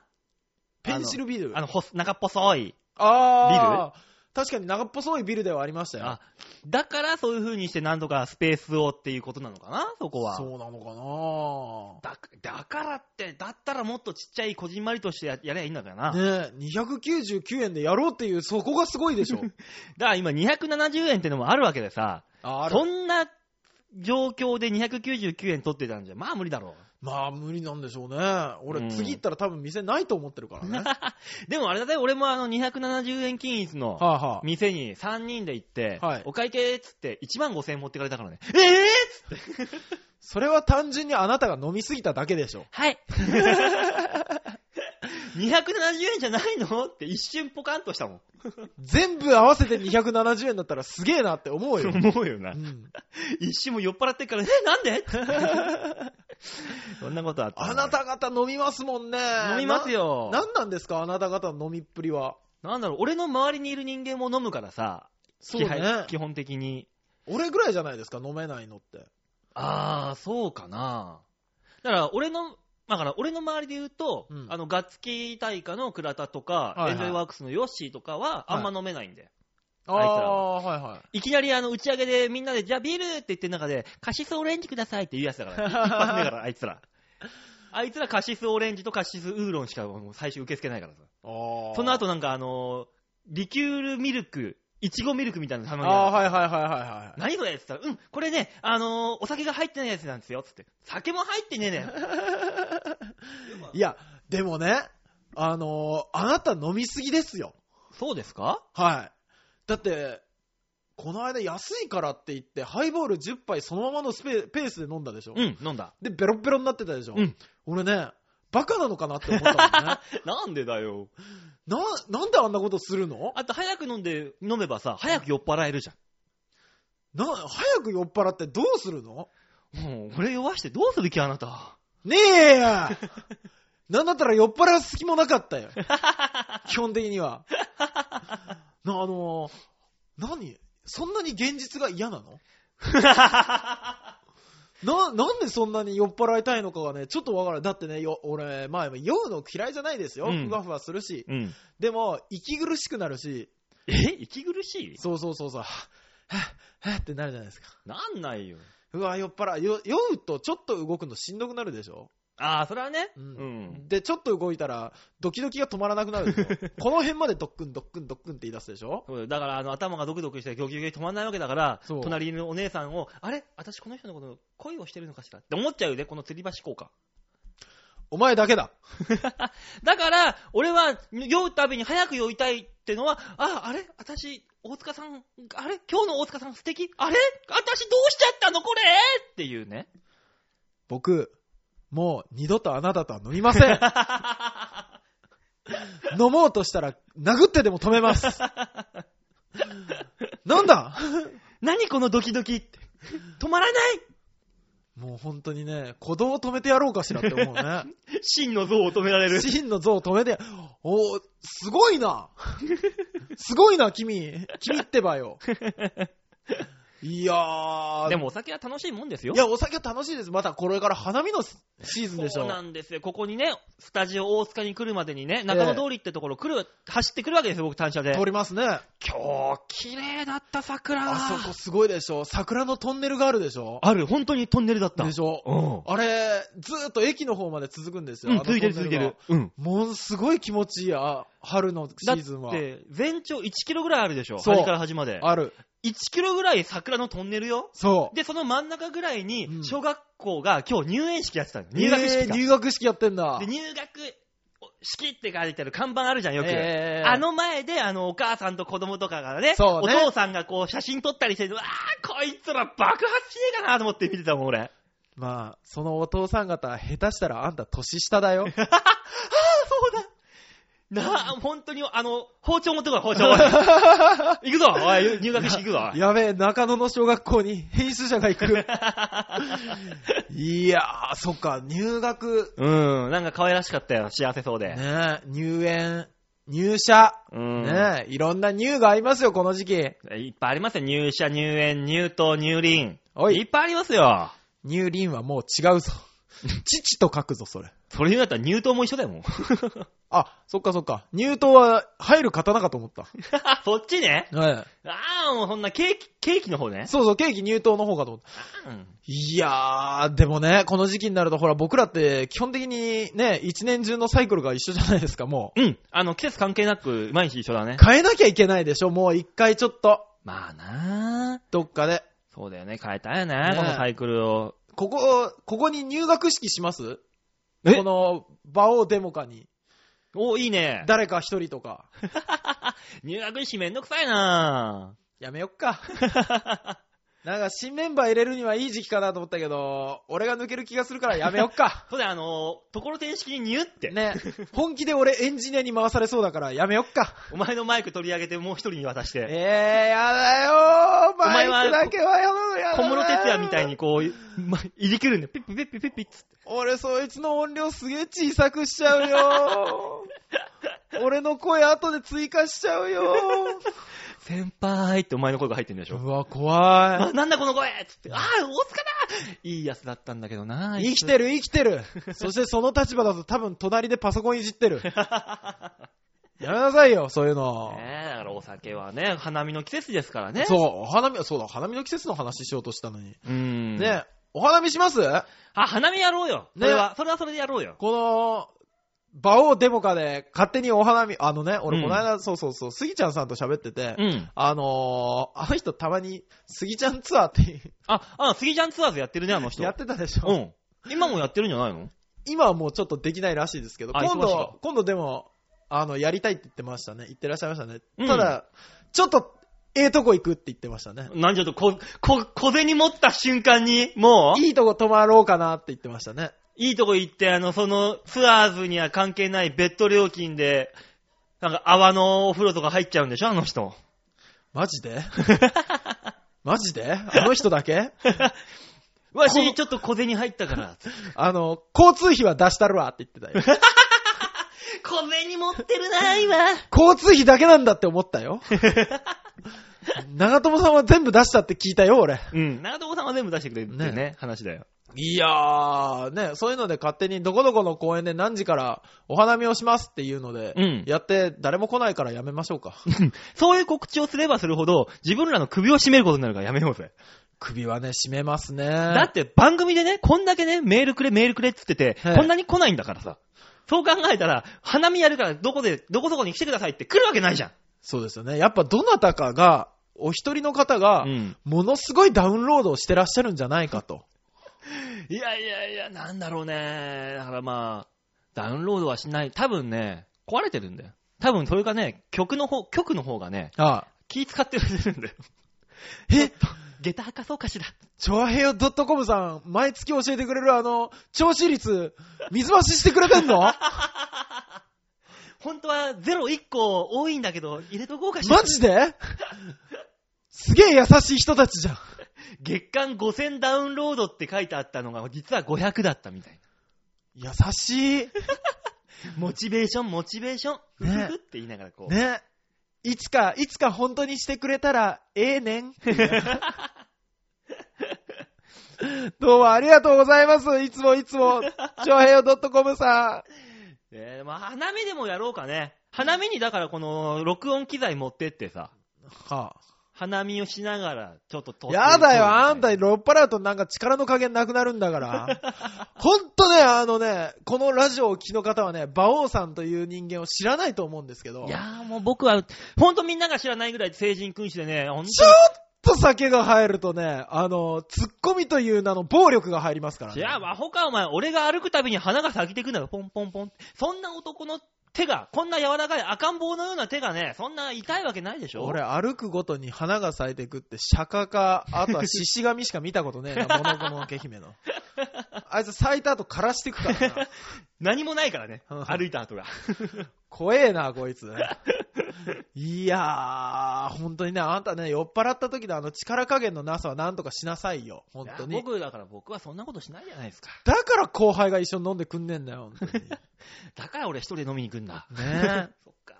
ペンシルビル。あの、ほ、中っ細い。あー確かに長っぽそういビルではありましたよ。あ、だからそういう風にしてなんとかスペースをっていうことなのかな、そこは。そうなのかなだ、だからって、だったらもっとちっちゃいこじんまりとしてややりゃいいんだからな。ねえ、299円でやろうっていう、そこがすごい でしょ。だから今270円ってのもあるわけでさ、あそんな状況で299円取ってたんじゃ、まあ無理だろまあ、無理なんでしょうね。う俺、ん次行ったら多分店ないと思ってるからね。はう。でもあれだね、俺もあの270円均一のあ、はあ、店に3人で行って、はいお会計っつって1万5000円持ってかれたからね。ええー、っつって。それは単純にあなたが飲みすぎただけでしょ。 はい。270円じゃないのって一瞬ポカンとしたもん。全部合わせて270円だったらすげえなって思う よ。思うような。ん、一瞬もう酔っ払ってっから、え、なんで そんなことあった。あなた方飲みますもんね。飲みますよ。な。なんなんですかあなた方の飲みっぷりは。なんだろう、俺の周りにいる人間も飲むからさ、そう基ね本。基本的に。俺ぐらいじゃないですか飲めないのって。あー、そうかな。だから、俺の、だから俺の周りで言うと、うんあの、ガッツキ大家の倉田とか、はいはいエンジョイワークスのヨッシーとかは、あんま飲めないんで。あいつらあー、はいはい。い、きなり、あの、打ち上げでみんなで、じゃあビールって言ってる中で、カシスオレンジくださいって言うやつだ から、一発目から、あいつら。あいつらカシスオレンジとカシスウーロンしかもう最初受け付けないからさ。あーその後なんかあのーリキュールミルクいちごミルクみたいなのたまにああ、ある。はいはいはいはいはい。何これって言ったら、うん、これね、あのーお酒が入ってないやつなんですよ。つって。酒も入ってねえ ねん。いや、でもね、あのーあなた飲みすぎですよ。そうですかはい。だって、この間安いからって言って、ハイボール10杯そのままのスペペースで飲んだでしょ。うん、飲んだ。で、ベロッベロになってたでしょ。うん俺ね、バカなのかなって思ったもんね。 なんでだよ。な、なんであんなことするのあと、早く飲んで、飲めばさ、早く酔っ払えるじな、早く酔っ払ってどうするのゃん。もう、俺酔わしてどうする気あなた。ねえや なんだったら酔っ払う隙もなかったよ。基本的には。な、あのー何そんなに現実が 嫌なのな、なんでそんなに酔っ払いたいのかがね、ちょっとわからない。だってね、よ、俺、まあ、酔うの嫌いじゃないですよ。うんふわふわするし。うん。でも、息苦しくなるし、え息苦しいそうそうそうそう、はぁ、はぁ、はぁってなるじゃないですか。なんないよ。うわ、酔っ払う。よ酔うとちょっと動くのしんどくなるでしょああ、それはね。ううんん。で、ちょっと動いたら、ドキドキが止まらなくなるでしょこの辺までドックンドックンドックンって言い出すでしょそうだよだから、あの、頭がドクドクして、ギョギョギョ止まんないわけだから、そう隣のお姉さんを、あれ私この人のこと、恋をしてるのかしらって思っちゃうよね、この吊り橋効果。 お前だけだ。だから、俺は、酔うたびに早く酔いたいってのは、あ、あれ私、大塚さん、あれ今日の大塚さん素敵あれ私どうしちゃったのこれっていうね。僕、もう二度とあなたとは飲みま せん。飲もうとしたら、殴ってでも止めます。なんだ何このドキドキって。止まらないもう本当にね、鼓動を止めてやろうかしらって思うね。真の像を止められる。真の像を止めて、おーすご いなすごいな、君。君って ばよ。いやー。でもお酒は楽しいもんですよ。いや、お酒は楽しいです。またこれから花見のシーズンでしそょう。なんですよ。ここにね、スタジオ大塚に来るまでにね、中野通りってところ来る、走ってくるわけですよ、僕、単車で。通りますね。今日、綺麗だった、桜が。あそこすごいでしょ。桜のトンネルがあるでしょ。ある、本当にトンネルだった。でしょ。うん。あれ、ずーっと駅の方まで続くんですうよ。あん、のついてるトつンいネてルがる。。うん。ものすごい気持ちいい、あ春のシだっーズンは。て、全長1キロぐらいあるでしょ。そう端から端まで。ある。 1キロぐらい桜のトンネルよ。そう。で、その真ん中ぐらいうんに、小学校が今日入園式やってたの。入学え式ーだ。入学式やってんだ。で、入学式って書いてある看板あるじゃん、よく。えーあ、の前で、あの、お母さんと子供とかがね、そうおね父さんがこう、写真撮ったりしてる、わー、こいつら爆発しねえかなと思って見てたもん、俺。まあ、そのお父さん方、下手した らあんた年下だよ。なあ、本当に、あの、包丁持ってこい、 包丁。おい行くぞ、おい、入学式行くぞ。 おい やべえ、中野の小学校に編集者が行く。 いやー、そっか、入学、うん、なんか可愛らしかったよ、幸せそうで。ねえ、入園、入社、うん。ねえ、いろんな入がありますよ、この時期。いっぱいありますよ、入社、入園、入党、入輪。おいいっぱいありますよ。入林はもう違う ぞ。父と書くぞ、それ。それ言うんだったら入党も一緒だよ、もう。あ、そっかそっか。入党は入る刀かと思 った。 そっちね。えああ、もうそんなケーキ、ケーキの方ねえ。そうそう、ケーキ入党の方かと思った。うんいやー、でもね、この時期になると、ほら、僕らって、基本的にね、一年中のサイクルが一緒じゃないですか、もうん。あの、季節関係なく、毎日一緒だねう。。変えなきゃいけないでしょ、もう一回ちょっと、まあなあ。どっかで。そうだよね。変えたよね。ねこのサイクルを。ここ、ここに入学式しますえこの、馬王デモカに、おいいね。誰か一人とか。入学式めんどくさいなやめよっ か。なんか、新メンバー入れるにはいい時期かなと思ったけど、俺が抜ける気がするからやめよっか。そうだよ、あの、ところてん式にニュって。ね、本気で俺エンジニアに回されそうだからやめよっか。お前のマイク取り上げて、もう一人に渡して。えー、やだよー、お前はマイクだけはやだよ、やだ小よ室哲也みたい。にこう、まいじくるんだよ。ピッピッピッピッピッピッつって。俺、そいつの音量すげえ小さくしちゃうよ ー。俺の声後で追加しちゃうよ先輩ってお前の声が入ってるんでしー。ょ。うわ、怖あ、なんだこの声っつって。ああ、大塚だいいやつだったんだけどな。 い。生きてる、生きてる。そしてその立場だと多分隣でパソコンいじっ てる。やめなさいよ、そういうの。ねえ、だからお酒はね、花見の季節ですからね。そう、お花見、そうだ、花見の季節の話しようとしたのに。う。ん。ね、お花見しますあ、花見やろうよ。そねれは、それはそれでやろうよ。この、バオデモカで勝手にお花見、あのね、う俺んこの間、そうそうそう、スギちゃんさんと喋ってて、うん。あのー、あの人たまに、スギちゃんツアーってあ、あ、スギちゃんツアーズやってるね、あの人。やってたでしょ、うん。今もやってるんじゃないの今はもうちょっとできないらしいですけど、あ今忙しいか度、今度でも、あの、やりたいって言ってましたね。言ってらっしゃいましたね。うんただ、ちょっと、ええとこ行くって言ってましたね。なんじゃと、こ、こ、小銭持った瞬間に、もう、いいとこ泊まろうかなって言ってましたね。いいとこ行って、あの、その、ツアーズには関係ないベッド料金で、なんか泡のお風呂とか入っちゃうんでしょ、あの人。マ ジでマジであの人だけわこのし、ちょっと小銭入ったから。あの、交通費は出したるわって言ってたよ。小銭持ってるな、今。交通費だけなんだって思った よ。長友さんは全部出したって聞いたよ、俺。うん。長友さんは全部出してくれるっていうね、話だよ。いやー、ね、そういうので勝手にどこどこの公園で何時からお花見をしますっていうので、うんやって誰も来ないからやめましょ うか。そういう告知をすればするほど、自分らの首を絞めることになるからやめようぜ。首はね、締めますね。だって番組でね、こんだけね、メールくれ、メールくれって言ってて、はいこんなに来ないんだからさ。そう考えたら、花見やるからどこで、どこそこに来てくださいって来るわけないじゃん。そうですよね。やっぱどなたかが、お一人の方が、うんものすごいダウンロードをしてらっしゃるんじゃないかと。いやいやいや、なんだろうね。だからまあ、ダウンロードはしない。多分ね、壊れてるんだよ。多分それかね、曲の方、曲の方がね、ああ気使ってるんだよ。え、下駄かそうかしら。チョアヘヨ .com さん、毎月教えてくれるあの、調子率、水増ししてくれてんのマ本当はゼロ1個多いんだけど、入れと こうかしら。ジですげえ優しい人たちじゃん。月間5000ダウンロードって書いてあったのが、実は500だったみたい優しい。な。モチベーション、モチベーション。ふふねふって言いながらこう。ね。いつか、いつか本当にしてくれたら、え えねん。どうもありがとうございます。いつもいつも、長平洋 .com さえーまあ花見でもやろうかね。花見にだからこの録音機材持ってってさ、ん。は花見をしながらちょっと撮っていこうやだよ、あんた、み酔っ払うとなんか力の加減なくなるんだから。ほんとね、あのね、このラジオを聴きの方はね、馬王さんという人間を知らないと思うんですけたど、いちょっな。いやーもう僕は、ほんとみんなが知らないぐらい成人君主でね、ほんとと酒が入るとね、あの、ツッコミという名の暴力が入りますからに。いね。や、アホかお前、俺が歩くたびに花が咲いてくんだよ、ポンポンポン。そんな男の手が、こんな柔らかい赤ん坊のような手がね、そんな痛いわけないでしょ俺、歩くごとに花が咲いてくって、釈迦か、あとは獅子神しか見たことねえ な、モノコのけ姫の。あいつ咲いた後枯らしてくからな。何もないからね、うん歩いた後が。怖えな、こいつ。いやー、本当にね、あんたね、酔っ払った時のあの力加減のなさはなんとかしなさいよ、本当いやに。僕、だから僕はそんなことしないじゃないですか。だから後輩が一緒に飲んでくんねえんだよ、本当に。だから俺一人で飲みに行くんだ。ね そっか。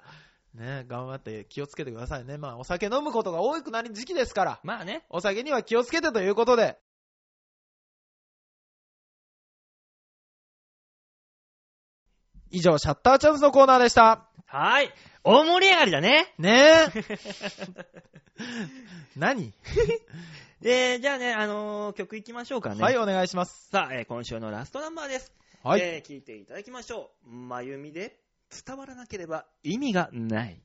え、ねえ、頑張って気をつけてくださいね。まあ、お酒飲むことが多くなる時期ですから、まあね、お酒には気をつけてということで、以上、シャッターチャンスのコーナーでした。はーい。大盛り上がりだね。ねえ。 何、で、じゃあね、あのー曲いきましょうかね。はい、お願いします。さあ、えー今週のラストナンバーです。はい。えー聞いていただきましょう。まゆみで、伝わらなければ意味がない。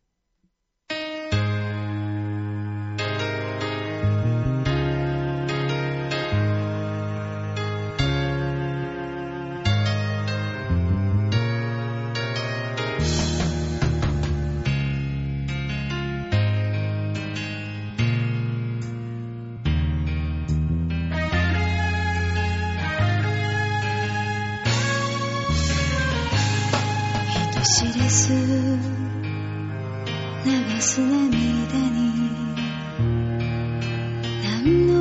人知れず流す涙に何の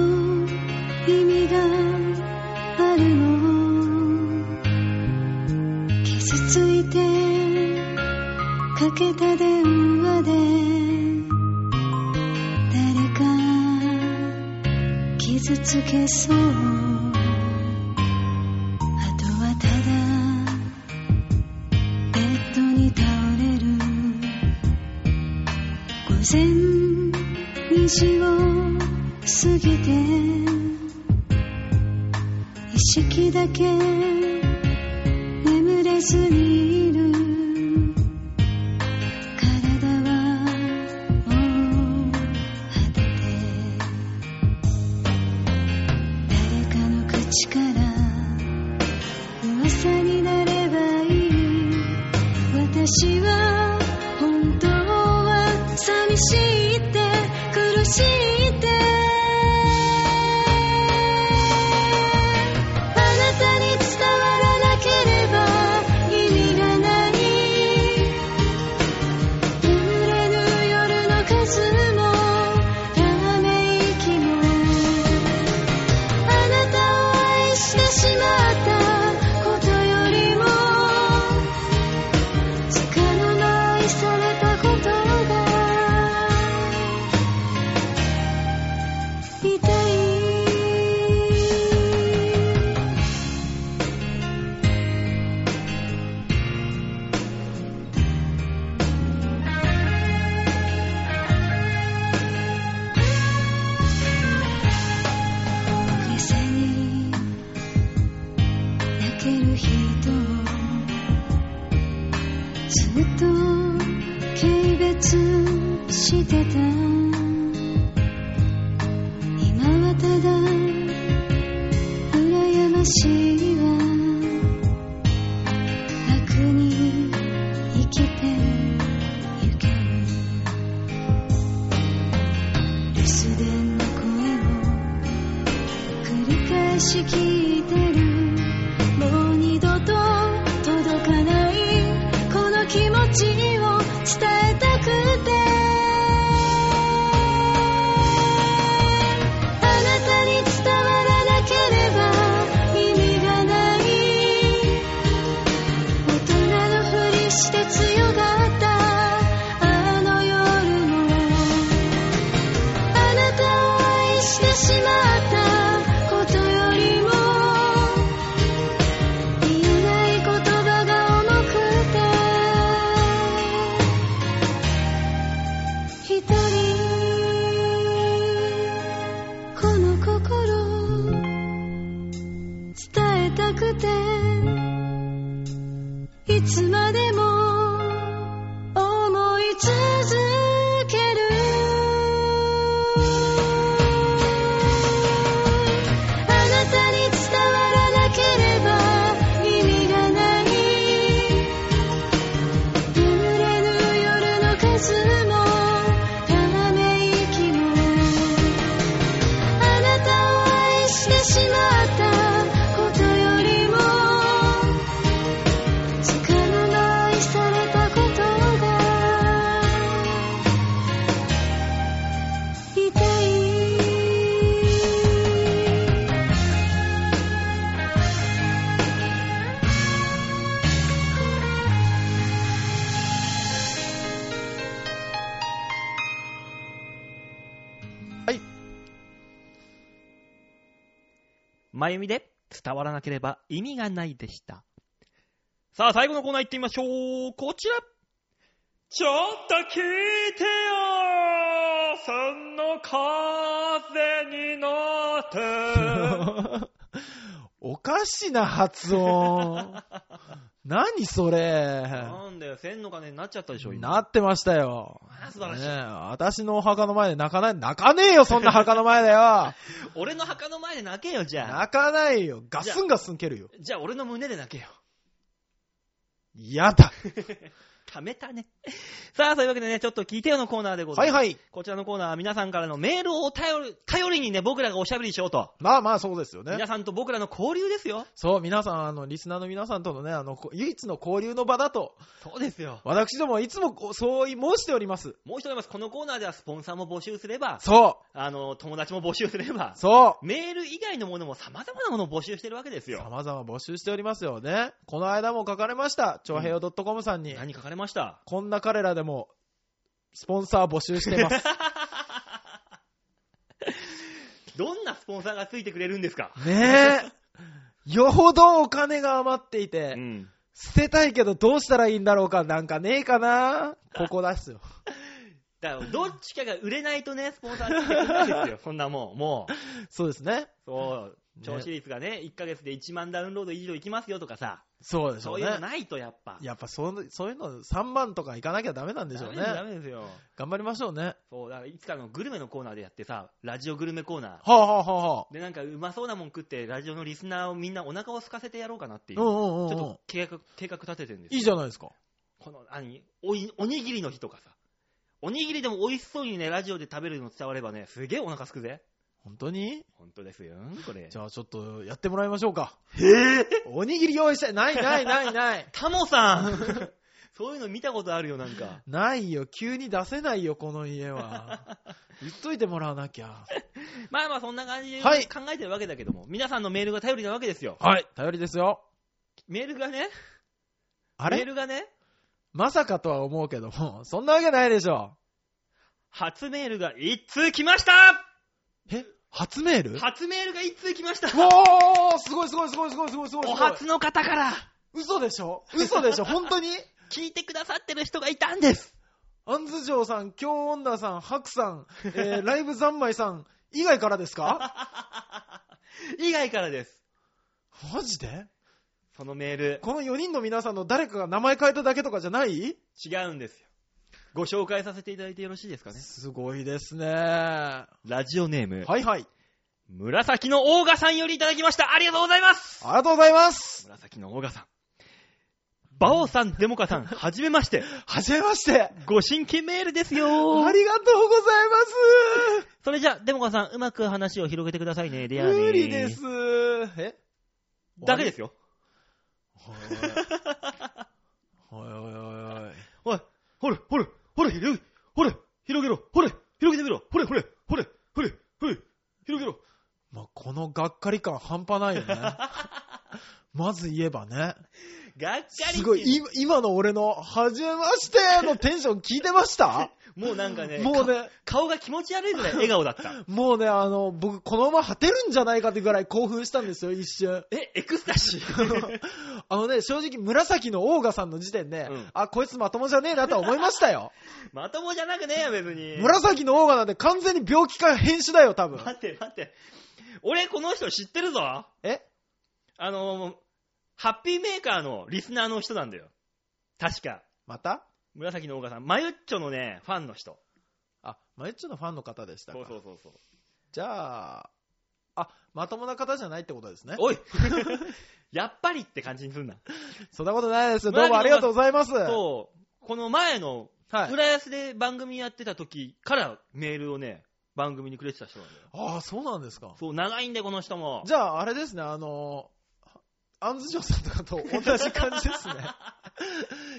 意味があるの傷ついてかけた電話で誰か傷つけそうあとはただベッドに倒れる午前2時を過ぎて意識だけ眠れずにいる私は本当は寂しいって苦しいってあなたに伝わらなければ意味がない眠れぬ夜の数もため息もあなたを愛してしまったことよりも魚の愛されたことが痛い店に泣ける人ずっと軽蔑してた今はただ羨ましいわ楽に生きてゆける留守電の声も繰り返し聞いてるもう二度と届かないこの気持ちを伝えたくてあなたに伝わらなければ意味がない大人のふりして強かったあの夜もあなたを愛してしまったことよりも言えない言葉が重くて一人この心伝えたくていつまでも思い続けるあなたに伝わらなければ意味がない眠れぬ夜の数もため息もあなたを愛してしまったことよりも魚の愛されたことが痛いまゆみで伝わらなければ意味がないでした。さあ、最後のコーナー行ってみましょう。こちら。ちょっと聞いてよその風に乗 って。 おかしな発音。何それ。なんだよ、千の金になっちゃったでしょ、今。なってましたよ。あ素晴らねしいえ、私のお墓の前で泣かない、泣かねえよ、そんな墓の前だよ。俺の墓の前で泣けよ、じゃあ。泣かないよ。ガスンガスン蹴るよ。じゃあ、俺の胸で泣けよ。やだ。ためたね。さあ、そういうわけでね、ちょっと聞いてよのコーナーでござはいいます。はい。こちらのコーナーは皆さんからのメールを頼り頼りにね、僕らがおしゃべりしようと。まあまあ、そうですよね。皆さんと僕らの交流ですよ。そう、皆さん、あの、リスナーの皆さんとのね、あの、こ唯一の交流の場だと、そうですよ。私どもはいつもこうそう申しております。もう一人います。このコーナーではスポンサーも募集すれば、そあの、友達も募集すればう、、そメール以外のものも様々なものを募集してるわけですう。よ。様々募集しておりますよね。この間も書かれました。超平洋 .com さんに、何書かれましたこんな彼らでも、スポンサー募集してます。どんなスポンサーがついてくれるんですか ねえ。よほどお金が余っていうて、ん。捨てたいけどどうしたらいいんだろうか、なんかねえかな。ここだっすよ。だから、どっちかが売れないと ね、スポンサーついてくれないですよ。そんなもん、もう。そうですね。そう。ね聴取率がね、1ヶ月で1万ダウンロード以上いきますよとかさ、そうでしそょうういうのね。ないとやっぱ。やっぱそういうのそういうの3万とかいかなきゃダメなんでしょうね。ダメですダメですよ。頑張りましょうね。そう、だからいつかのグルメのコーナーでやってさ、ラジオグルメコーナはあ、はあはあはー。で、なんかうまそうなもん食って、ラジオのリスナーをみんなお腹を空かせてやろうかなってあ、いうう、んうんうんちうょっんと計画、計画立ててるんですいいよ。じゃないですか。この、何おい、おにぎりの日とかさ。おにぎりでも美味しそうにね、ラジオで食べるの伝わればね、すげえお腹すくぜ。本当に本当ですよ、これ。じゃあちょっとやってもらいましょうか。へえおにぎり用意して、ないないないない。タモさん そういうの見たことあるよ、なんか。ないよ、急に出せないよ、この家は。言っといてもらわなきゃ。まあまあ、そんな感じで考はいえてるわけだけども、皆さんのメールが頼りなわけですよ。はい。頼りですよ。メールがね、あメーれルがね、まさかとは思うけども、そんなわけないでしょ。初メールが一通来ましたえ初メール初メールが一通来ましたおーすごいすごいすごいすごいすごいすごい。お初の方から嘘でしょ嘘でしょ本当に聞いてくださってる人がいたんですアンズジョーさん、京女さん、ハクさん、えー、ラ イブ三昧さん、以外からですか以外からです。 マジでそのメール、この4人の皆さんの誰かが名前変えただけとかじゃない違うんですよ。ご紹介させていただいてよろしいですかね。すごいですね。はラジオネーム、いはい。紫のオーガさんよりいただきました。ありがとうございますありがとうございます。紫のオーガさん。バオさん、デモカさん、はじめまして。はじめまして。ご新規メールですあよりがとうございます。それじゃ、デモカさん、うまく話を広げてくださいね。でやね無理です。えだけですよ。おいおいおいおい。おい、ほれ、ほれ、ほれ、広げ、ほれ、広げろ、ほれ、広げてみろ、ほれ、ほれ、ほれ、ほれ、ほれ、広げろ。まあ、このがっかり感半端ないよ ね。まず言えばね。がっかりすごい、今今の俺の、はじめましてのテンション聞いてましたもうなんかね、 もうね、か顔が気持ち悪いぐらい笑顔だった。もうね、あの、僕、このまま果てるんじゃないかってぐらい興奮したんですよ、一 瞬。 え、エクスタシーあのね、正直、紫のオーガさんの時点で、うんあ、こいつまともじゃねえなとは思いましたよ。 まともじゃなく ねえよ、別に。紫のオーガなんて完全に病気か変種だよ、多分。待って待って。俺、この人知ってるぞ。あえの、ハッピーメーカーのリスナーの人なんだよ。確か。また紫のオーガさん。マユッチョのね、ファンの人。あ、マユッチョのファンの方でしたか。そうそうそうそう。じゃあ、あ、まともな方じゃないってことですね。おい やっぱりって感じにすんな。そんなことないですよ。どうもありがとうございます。はそう。この前の、い。浦安で番組やってた時からメールをね、番組にくれてた人なんだよ。ああ、そうなんですか。そう、長いんで、この人も。じゃあ、あれですね、あのー、アンズジョーさんとかと同じ感じ ですね。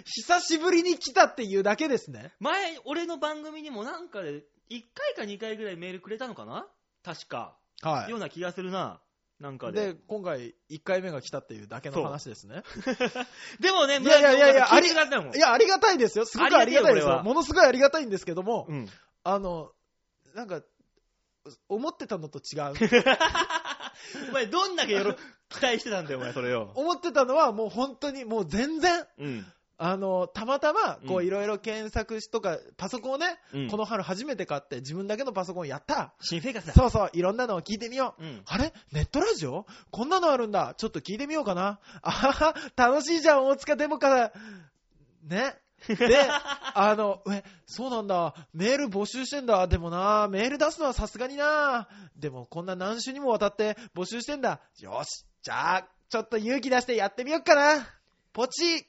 久しぶりに来たっていうだけですね。前、俺の番組にもなんかで、1回か2回ぐらいメールくれたのかな確か。はような気がするな。なんかい。で。で、今回、1回目が来たっていうだけの話ですね。でもね、いやいやいやいや村木さんが聞いてくれたもんいや、ありがたいですよ。すごくありがたいありがたいよですこれはよ。ものすごいありがたいんですけども、うん。あの、なんか、思ってたのと違う。 お前、どんだけよろ期待してたんだよ、お 前、それを。思ってたのはもう本当にもう全然、うん。あの、たまたま、こううんいろいろ検索しとか、パソコンをね、うんこの春初めて買って自分だけのパソコンやった。新生活だ。そうそう、いろんなのを聞いてみよう。うん。あれネットラジオこんなのあるんだ。ちょっと聞いてみようかな。あはは、楽しいじゃん、大塚デモから。ね。で、 あの、え、そうなんだ。メール募集してんだ。でもな、メール出すのはさすがにな。でも、こんな何週にもわたって募集してんだ。よし。じゃあ、ちょっと勇気出してやってみようかな。ポチ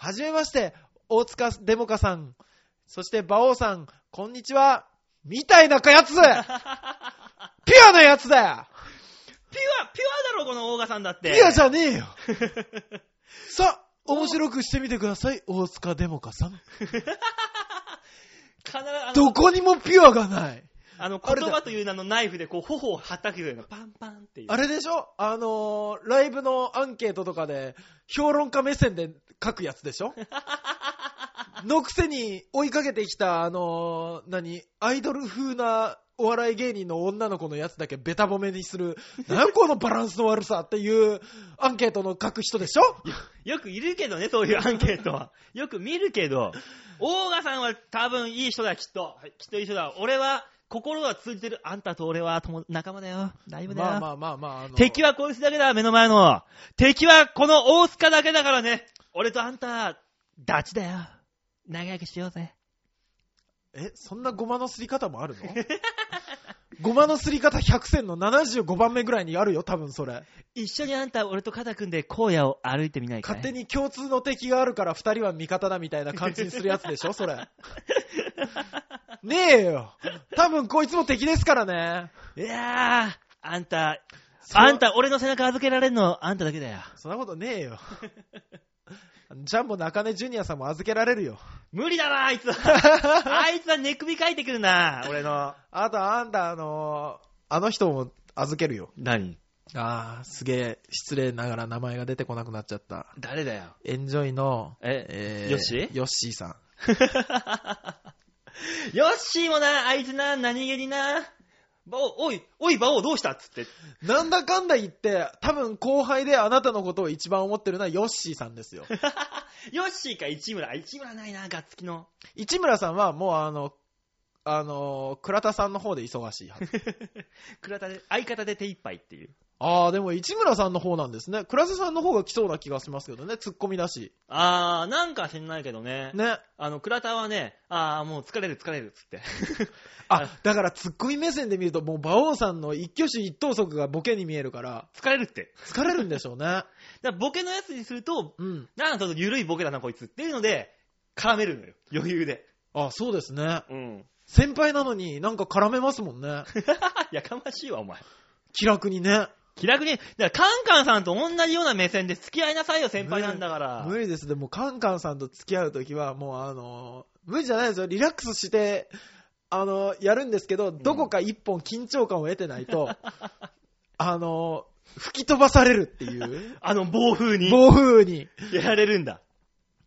はじめまして、大塚デモカさん。そして、馬王さん、こんにちは。みたいなや つピュアなやつだよピュア、ピュアだろ、このオーガさんだって。いやじゃね えよさあ、面白くしてみてください、大塚デモカさん。必ず、あのどこにもピュアがない。あの、あれだ言葉という名のナイフで、こう、頬をはたけるような、パンパンっていう。あれでしょあのーライブのアンケートとかで、評論家目線で書くやつ でしょのくせに追いかけてきた、あのー何アイドル風なお笑い芸人の女の子のやつだけベタ褒めにする、なんこのバランスの悪さっていうアンケートの書く人でしょよくいるけどね、そういうアンケートは。よく見るけど、オーガさんは多分いい人だ、きっと。はいきっといい人だ。俺は、心は通じてる。あんたと俺は友仲間だよ。大丈夫だよ。まあまあまあまあ、あの敵はこいつだけだ、目の前の。敵はこの大塚だけだからね。俺とあんた、ダチだよ。長生きしようぜ。え、そんなゴマのすり方もあるの ごまのすり方100選の75番目ぐらいにあるよ、多分それ。一緒にあんた、俺と肩組んで荒野を歩いてみないかい勝手に共通の敵があるから二人は味方だみたいな感じにするやつでしょ、 それ。ねえよ。多分こいつも敵ですからね。いやー、あんた、そあんた、俺の背中預けられんの、あんただけだよ。そんなことねえよ。ジャンボ中根ジュニアさんも預けられるよ。無理だな、あ いつは。あいつは寝首かいてくるな、俺の。あとあんた、あのーあの人も預けるよ。何あー、すげえ、失礼ながら名前が出てこなくなっちゃった。誰だよ。エンジョイの、えーヨッシーヨッシーさん。 よっしーもな、あいつな、何気にな。バオ、おい、おい、バオどうしたっつって。なんだかんだ言って、多分後輩であなたのことを一番思ってるのはヨッシーさん ですよ。よっしーか市村。あ市村ないな、ガッツキの。市村さんはもうあの、あの、倉田さんの方で忙しいはず。倉田で、相方で手一杯っていう。あー、でも市村さんの方なんですね。倉田さんの方が来そうな気がしますけどね、ツッコミだし。あー、なんか知んないけどね。ね。あの、倉田はね、あー、もう疲れる疲れるっつって。 あ、だからツッコミ目線で見ると、もう馬王さんの一挙手一投足がボケに見えるから、疲れるって。疲れるんでしょうね。だからボケのやつにすると、うん。なんかちょっと緩いボケだな、こいつっていうので、絡めるのよ。余裕で。あ、そうですね。うん。先輩なのになんか絡めますもんね。やかましいわ、お前。気楽にね。気楽に、だからカンカンさんと同じような目線で付き合いなさいよ、先輩なんだから。無理です。でも、カンカンさんと付き合うときは、もう、あのー、無理じゃないですよ。リラックスして、あのーやるんですけど、どこか一本緊張感を得てない と、あのー吹き飛ばされるっていう、あの暴風に暴風に。やられるんだ。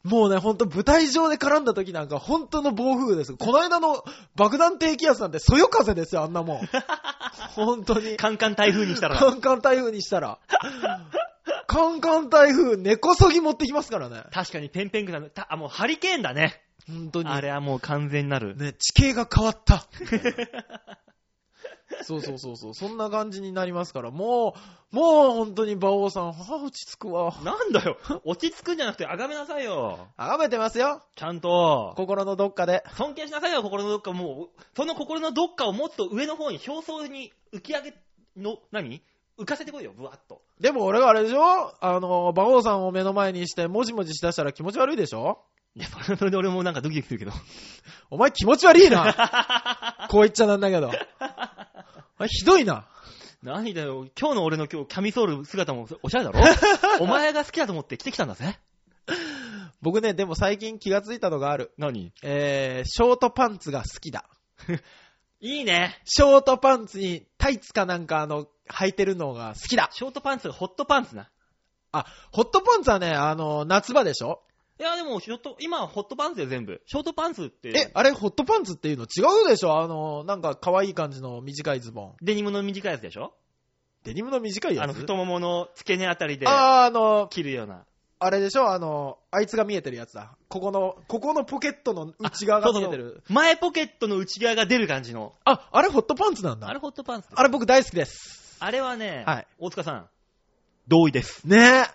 もうね、ほんと舞台上で絡んだときなんか、本当の暴風です。この間の爆弾低気圧なんて、そよ風ですよ、あんなも ん。本当に。カンカン台風にしたら。 カンカン台風にしたら。カンカン台風、根こそぎ持ってきますからね。確かにペンペングさんの、たあ、もうハリケーンだね。本当に。あれはもう完全なる。ね、地形が変わった。 そうそうそうそう。そんな感じになりますから、もう、もう本当に馬王さん、は落ち着くわ。なんだよ。落ち着くんじゃなくて、あがめなさいよ。あがめてますよ。ちゃんと。心のどっかで。尊敬しなさいよ、心のどっか。もう、その心のどっかをもっと上の方に、表層に浮き上げ、の、何浮かせてこいよ、ぶわっと。でも俺があれでしょあの、馬王さんを目の前にして、もじもじしだしたら気持ち悪いでしょいや、それはそれで俺もなんかドキドキするけど。 お前気持ち悪いな。 こう言っちゃなんだけど。お前ひどいな。何だよ、今日の俺の今日、キャミソール姿もおしゃ れだろお前が好きだと思って着てきたんだぜ。僕ね、でも最近気がついたのがある。何えー、ショートパンツが好きだ。いいね。ショートパンツにタイツかなんかあの、履いてるのが好きだ。ショートパンツがホットパンツな。あ、ホットパンツはね、あの、夏場でしょいや、でも、ショート、今はホットパンツだよ、全部。ショートパンツって。え、あれ、ホットパンツっていうの違うでしょあの、なんか可愛い感じの短いズボン。デニムの短いやつでしょデニムの短いやつあの、太ももの付け根あたりであー、あの、切るような。あれでしょあの、あいつが見えてるやつだ。ここの、ここのポケットの内側が見えてそうるそ。う前ポケットの内側が出る感じの。あ、あれホットパンツなんだ。ああれれホットパンツです僕大好きです。あれはね、はい大塚さん、同意です。ねえ。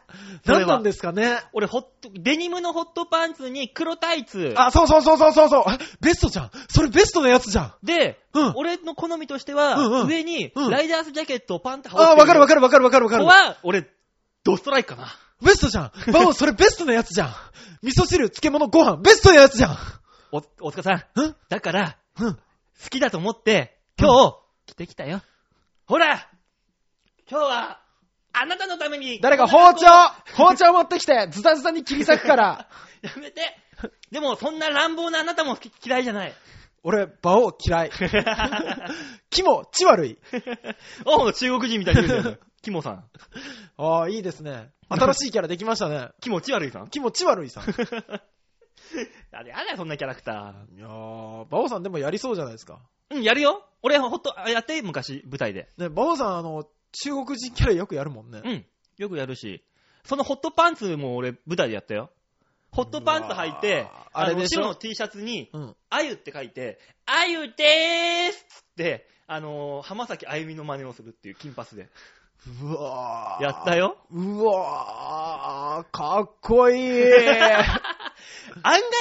それは何なんですかね俺、ホット、デニムのホットパンツに黒タイツ。あ、そうそうそうそうそうそう。えベストじゃん。それベストのやつじゃん。で、うん俺の好みとしてうんは、うん上に、うんライダースジャケットをパンって羽織ってあ、わかるわかる。るわかるわかるわかるここ。は、俺、ドストライクかな。ベストじゃん。バオ、それベストのやつじゃん。味噌汁、漬物、ご飯、ベストのやつじゃん。お、大塚さん。うんだから、うん。好きだと思って、今日、着てきたよ。ほら今日は、あなたのために、誰か包丁包丁持ってきてズタズタに切り裂くからやめてでも、そんな乱暴なあなたもき嫌いじゃない。俺、馬王 嫌い。キモ、血悪い。おう、中国人みたいに言う じゃん。キモさん。ああ、いいですね。新しいキャラできましたね。気持ち悪いさん。キモ、血悪いさん。いあれ、やだよ、そんなキャラクタやー、馬王さんでもやりそうじゃないですか。ー。うん、やるよ。俺、ほっと、あやって、昔、舞台で。ね、馬王さん、あの、中国人キャラよくやるもんね。うん。よくやるし。そのホットパンツも俺、舞台でやったよ。ホットパンツ履いうてわ、ーああれの、でしょ白の T シャツに、うん。あゆって書いて、あゆでーすっつって、あのー浜崎あゆみの真似をするっていう金髪で。うわー。やった。よ。うわー、かっこい い。案外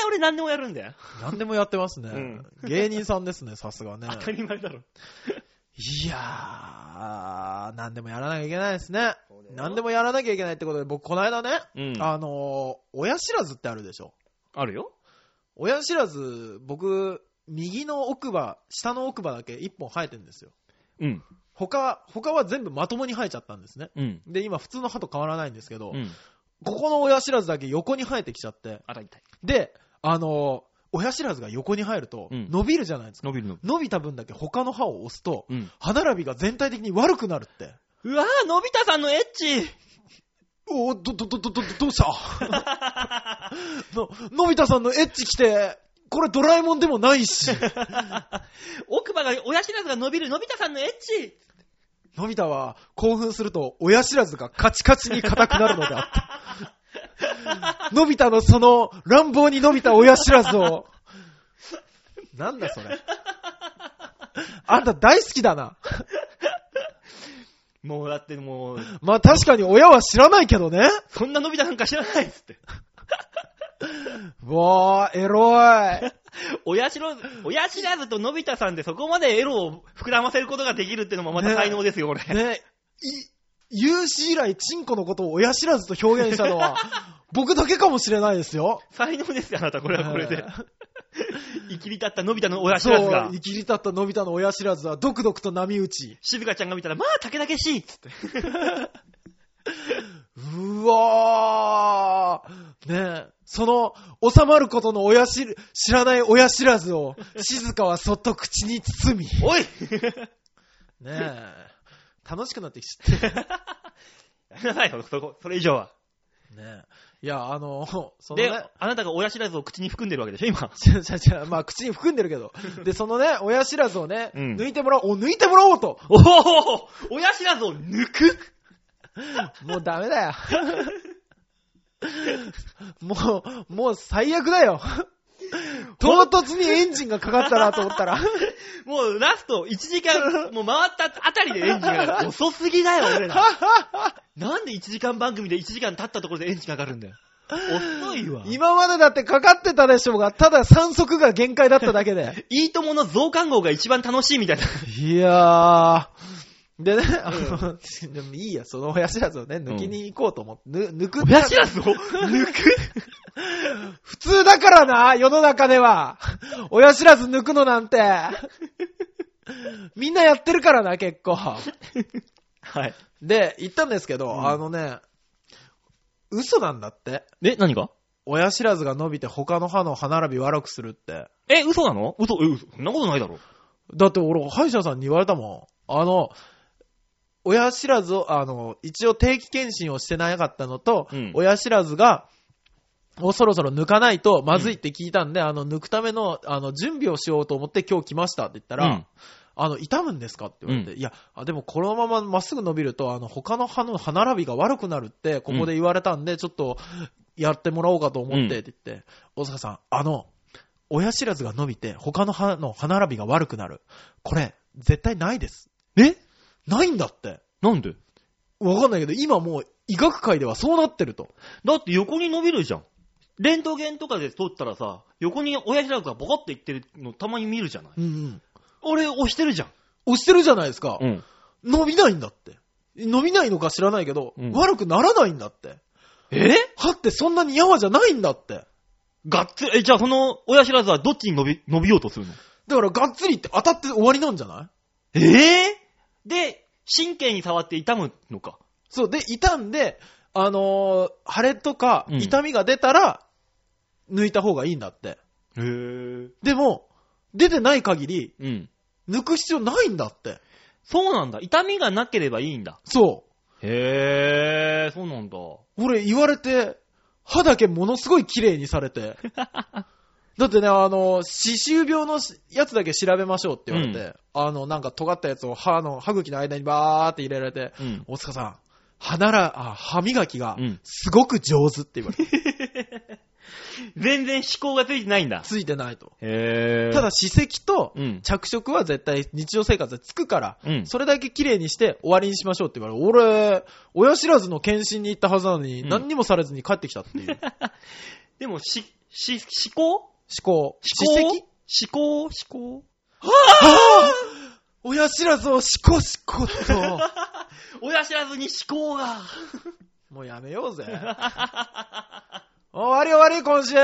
俺何でもやるんだよ。何でもやってますね。うん芸人さんですね、さすがね。当たり前だろ。いやー、なんでもやらなきゃいけないですね。そうだよなんでもやらなきゃいけないってことで、僕、この間ね、うん。ああのー、親知らずってあるでしょ。るよ。親知らず、僕、右の奥歯、下の奥歯だけ一本生えてるんですよ。うん。他、他は全部まともに生えちゃったんですね。うん。で、今、普通の歯と変わらないんですけど、うん。ここの親知らずだけ横に生えてきちゃって、あら、痛い。で、あのー、親知らずが横に入ると、うん伸びるじゃないですか。伸びるの。伸びた分だけ他の歯を押すと、うん。歯並びが全体的に悪くなるって。うわぁ、のび太さんのエッチおーど、ど、ど、ど、ど、どうした の、のび太さんのエッチ来て、これドラえもんでもないし、奥歯が、親知らずが伸びるのび太さんのエッチのび太は興奮すると親知らずがカチカチに硬くなるのであった。のび太のその乱暴にのびた親知らずを、なんだそれ。あんた大好きだな。もうだってもう、まあ確かに親は知らないけどね。そんなのび太なんか知らないっつって。わー、エロい。親知らず、親知らずとのび太さんでそこまでエロを膨らませることができるってのもまた才能ですよ、これ。ね、い、有史以来、チンコのことを親知らずと表現したの は、僕だけかもしれないですよ。才能ですよ、あなた、これはこれえでー。生きり立ったのび太の親知そうらずが生。きり立ったのび太の親知らずは、ドクドクと波打ち。しずかちゃんが見たら、まあ、竹々しいっつって。うわー。ねえ、その、収まることの親知る、知らない親知らずを、静かはそっと口に包み。おい ねえ、楽しくなってきちゃっやめなさいよ、そこ、それ以上は。た。ねえ、いや、あの、そので、ね、あなたが親知らずを口に含んでるわけでしょ、今。違う違う違う、まあ口に含んでるけど。で、そのね、親知らずをね、うん抜いてもらおう、お抜いてもらおうと。おお親知らずを抜くもうダメだよ。もう、もう最悪だよ。唐突にエンジンがかかったなと思ったら、もうラスト1時間、もう回ったあたりでエンジンが上がる。遅すぎだよ、俺 ら。なんで1時間番組で1時間経ったところでエンジンかかるんだよ。遅いわ。今までだってかかってたでしょうが、ただ3速が限界だっただけで。いいともの増刊号が一番楽しいみたいな。いやー。でね、あの、でもいいや、その親知らずをね、抜きに行こうと思って、ぬ抜くって 親知らずを抜く普通だからな、世の中では。親知らず抜くのなんて。みんなやってるからな、結構。はい。で、言ったんですけど、んあのね、嘘なんだって。え、何が親知らずが伸びて他の歯の歯並び悪くするって。え、嘘なの嘘、え、嘘。そんなことないだろ。だって俺、歯医者さんに言われたもん。あの、親知らずを、あの、一応定期検診をしてなかったのと、うん親知らずが、をそろそろ抜かないとまずいって聞いたんで、あの、抜くための、あの、準備をしようと思って今日来ましたって言ったら、あの、痛むんですかって言われて、いや、あでもこのまままっすぐ伸びると、あの、他の歯の歯並びが悪くなるって、ここで言われたんで、ちょっと、やってもらおうかと思うんって、って言って、大阪さん、あの、親知らずが伸びて、他の歯の歯並びが悪くなる。これ、絶対ないです。えないんだって。なんでわかんないけど、今もう、医学界ではそうなってると。だって横に伸びるじゃん。レントゲンとかで撮ったらさ、横に親知らずがボコっていってるのたまに見るじゃないうんうん。俺押してるじゃん。押してるじゃないですか。ん。伸びないんだって。伸びないのか知らないけど、うん悪くならないんだって。え歯ってそんなにやわじゃないんだって。がっつり、え、じゃあその親知らずはどっちに伸び、伸びようとするのだから、がっつりって当たって終わりなんじゃないえぇで、神経に触って痛むのか。そう。で、傷んで、あのー腫れとか、うん痛みが出たら、抜いた方がいいんだって。へぇでも、出てない限り、うん。抜く必要ないんだって。そうなんだ。痛みがなければいいんだ。そへぇそうなんだ。う。俺、言われて、歯だけものすごい綺麗にさ れて。だってね、あのー、歯周病のしやつだけ調べましょうって言われて、うあの、なんか尖ったやつを歯の、歯茎の間にバーって入れられて、うん。大塚さん、歯なら、あ歯磨きがうん、すごく上手って言われて、全然思考がついてないんだ。ついてないと。へぇただ、、歯石とうん着色は絶対日常生活でつくから、うんそれだけ綺麗にして終わりにしましょうって言われる。俺、親知らずの検診に行ったはずなのに、うん何にもされずに帰ってき たっていう思でも、し、し、思考考。思考歯石思考思考ああ親知らずをシコシコと。 親知らずに思考が。もうやめようぜ。終わり終わり、今週。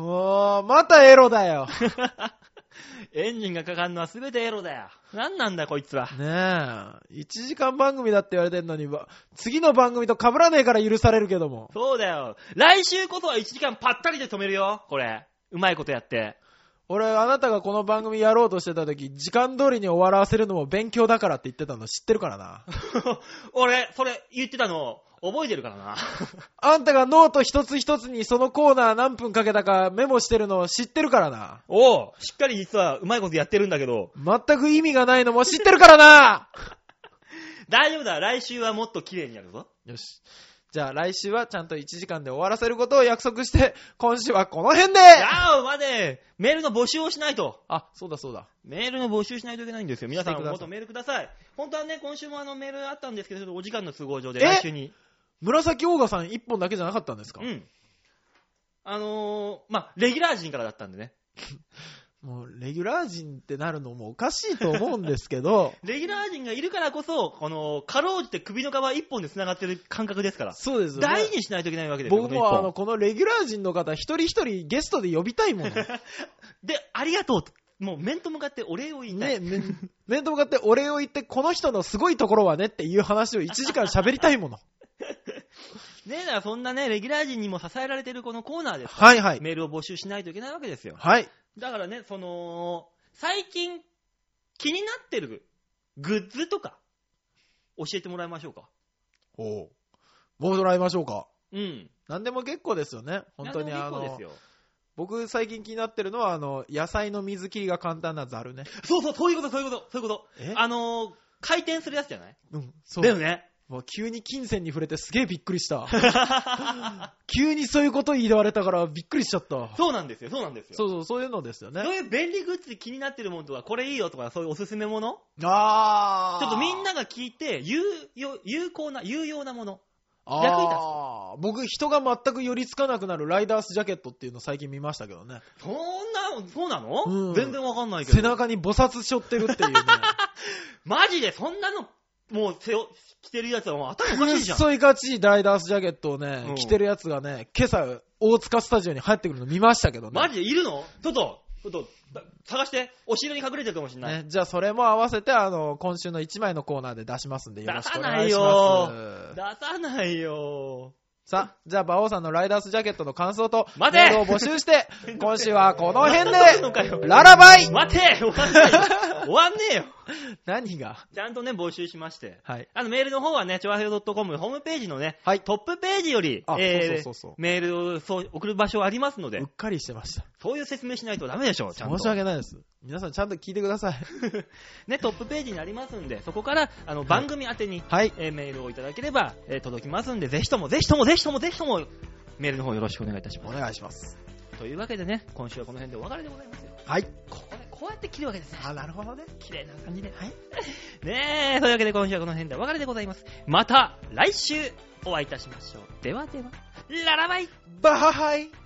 もう、またエロだよ。エンジンがかかるのは全てエロだよ。なんなんだこいつは。ねえ、1時間番組だって言われてんのに、わ次の番組と被らねえから許されるけども。そうだよ。来週こそは1時間ぱったりで止めるよ。これ。うまいことやって。俺、あなたがこの番組やろうとしてた時、時間通りに終わらせるのも勉強だからって言ってたの知ってるからな。 俺、それ言ってたの覚えてるからな。あんたがノート一つ一つにそのコーナー何分かけたかメモしてるのを知ってるからな。 おう、しっかり実はうまいことやってるんだけど。全く意味がないのも知ってるからな大丈夫だ。来週はもっと綺麗にやるぞ。 よし。じゃあ来週はちゃんと1時間で終わらせることを約束して、今週はこの辺でやお、まで、メールの募集をしないと。あ、そうだそうだ。メールの募集しないといけないんですよ。皆さしてんくださいもっとメールください。本当はね、今週もあのメールあったんですけど、ちょっとお時間の都合上でえ来週に。紫オーガさん1本だけじゃなかったんですかうん。あのー、まあ、レギュラー陣からだったんでね。もうレギュラー陣ってなるのもおかしいと思うんですけど、レギュラー陣がいるからこそ、この、かろうじて首の皮一本で繋がってる感覚ですから。 そうですよね大事にしないといけないわけですよ。こ僕の一もあ本の、このレギュラー陣の方一人一人ゲストで呼びたいもの。 で、ありがとうと。もう面と向かってお礼を言いたい。ね、め面と向かってお礼を言って、この人のすごいところはねっていう話を1時間喋りたいも の。ねえ、だからそんなね、レギュラー陣にも支えられてるこのコーナーです。はいはい。メールを募集しないといけないわけですよ。はい。だからね、その、最近気になってるグッズとか、教えてもらいましょうか。おう。もうらいましょうか。うん。何でも結構ですよね。本当に何あでもいい子ので、すよ僕最近気になってるのは、あの、野菜の水切りが簡単なザルね。そうそう、そういうこと、そういうこと、そういうこと。えあのー、回転するやつじゃないうん、そう。だよね。もう急に金銭に触れてすげえびっくりした。 急にそういうこと言われたからびっくりしちゃった。そうなんですよ、そうなんですよ。そうそう、そういうのですよねそう。いう便利グッズで気になってるものとか、これいいよとか、そういうおすすめものあちょっとみんなが聞いて、有有有効な、有用なもの。あ役に立つー僕、人が全く寄りつかなくなるライダースジャケットっていうの最近見ましたけどね。そんな、そうなの、うん全然わかんないけど。背中に菩薩しょってるっていうね。マジでそんなの、もう背を着てるやつはもう頭 おかくしっいじゃん。そいかちいライダースジャケットをね、うん着てるやつがね、今朝、大塚スタジオに入ってくるの見ましたけどね。マジでいるのちょっと、ちょっと、だ探して、お尻に隠れてるかもしんない。ね、じゃあそれも合わせて、あの、今週の1枚のコーナーで出しますんで、よ出ろしくさおな願いいしよま。す出。さないよ。さあ、じゃあ、馬王さんのライダースジャケットの感想と、待てメールを募集 して、今週はこの辺また来る のかよで、ララバイ待て終わんないよ終わんねえよ何がちゃんとね、募集しまして。はい。あの、メールの方はね、ちょわへよ .com ホームページのね、はいトップページより、あえーそうそうそうそうメールをそう送る場所ありますのでうっ、かりしてました。そういう説明しないとダメでしょ、ちゃんと。申し訳ないです。皆さんちゃんと聞いてください。 ね、トップページになりますんで、そこから、あの、番組宛てに、はい。えーメールをいただければ、えー届きますんで、ぜひとも、ぜひとも、ぜひとも、ぜひとも、メールの方よろしくお願いいたしおます。願いします。というわけでね、今週はこの辺でお別れでございますよ。はい。ここで、こうやって切るわけですね。あ、なるほどね。綺麗な感じで。はい。 ねえ、というわけで今週はこの辺でお別れでございます。また来週お会いいたしましょう。ではでは、ララバイバイ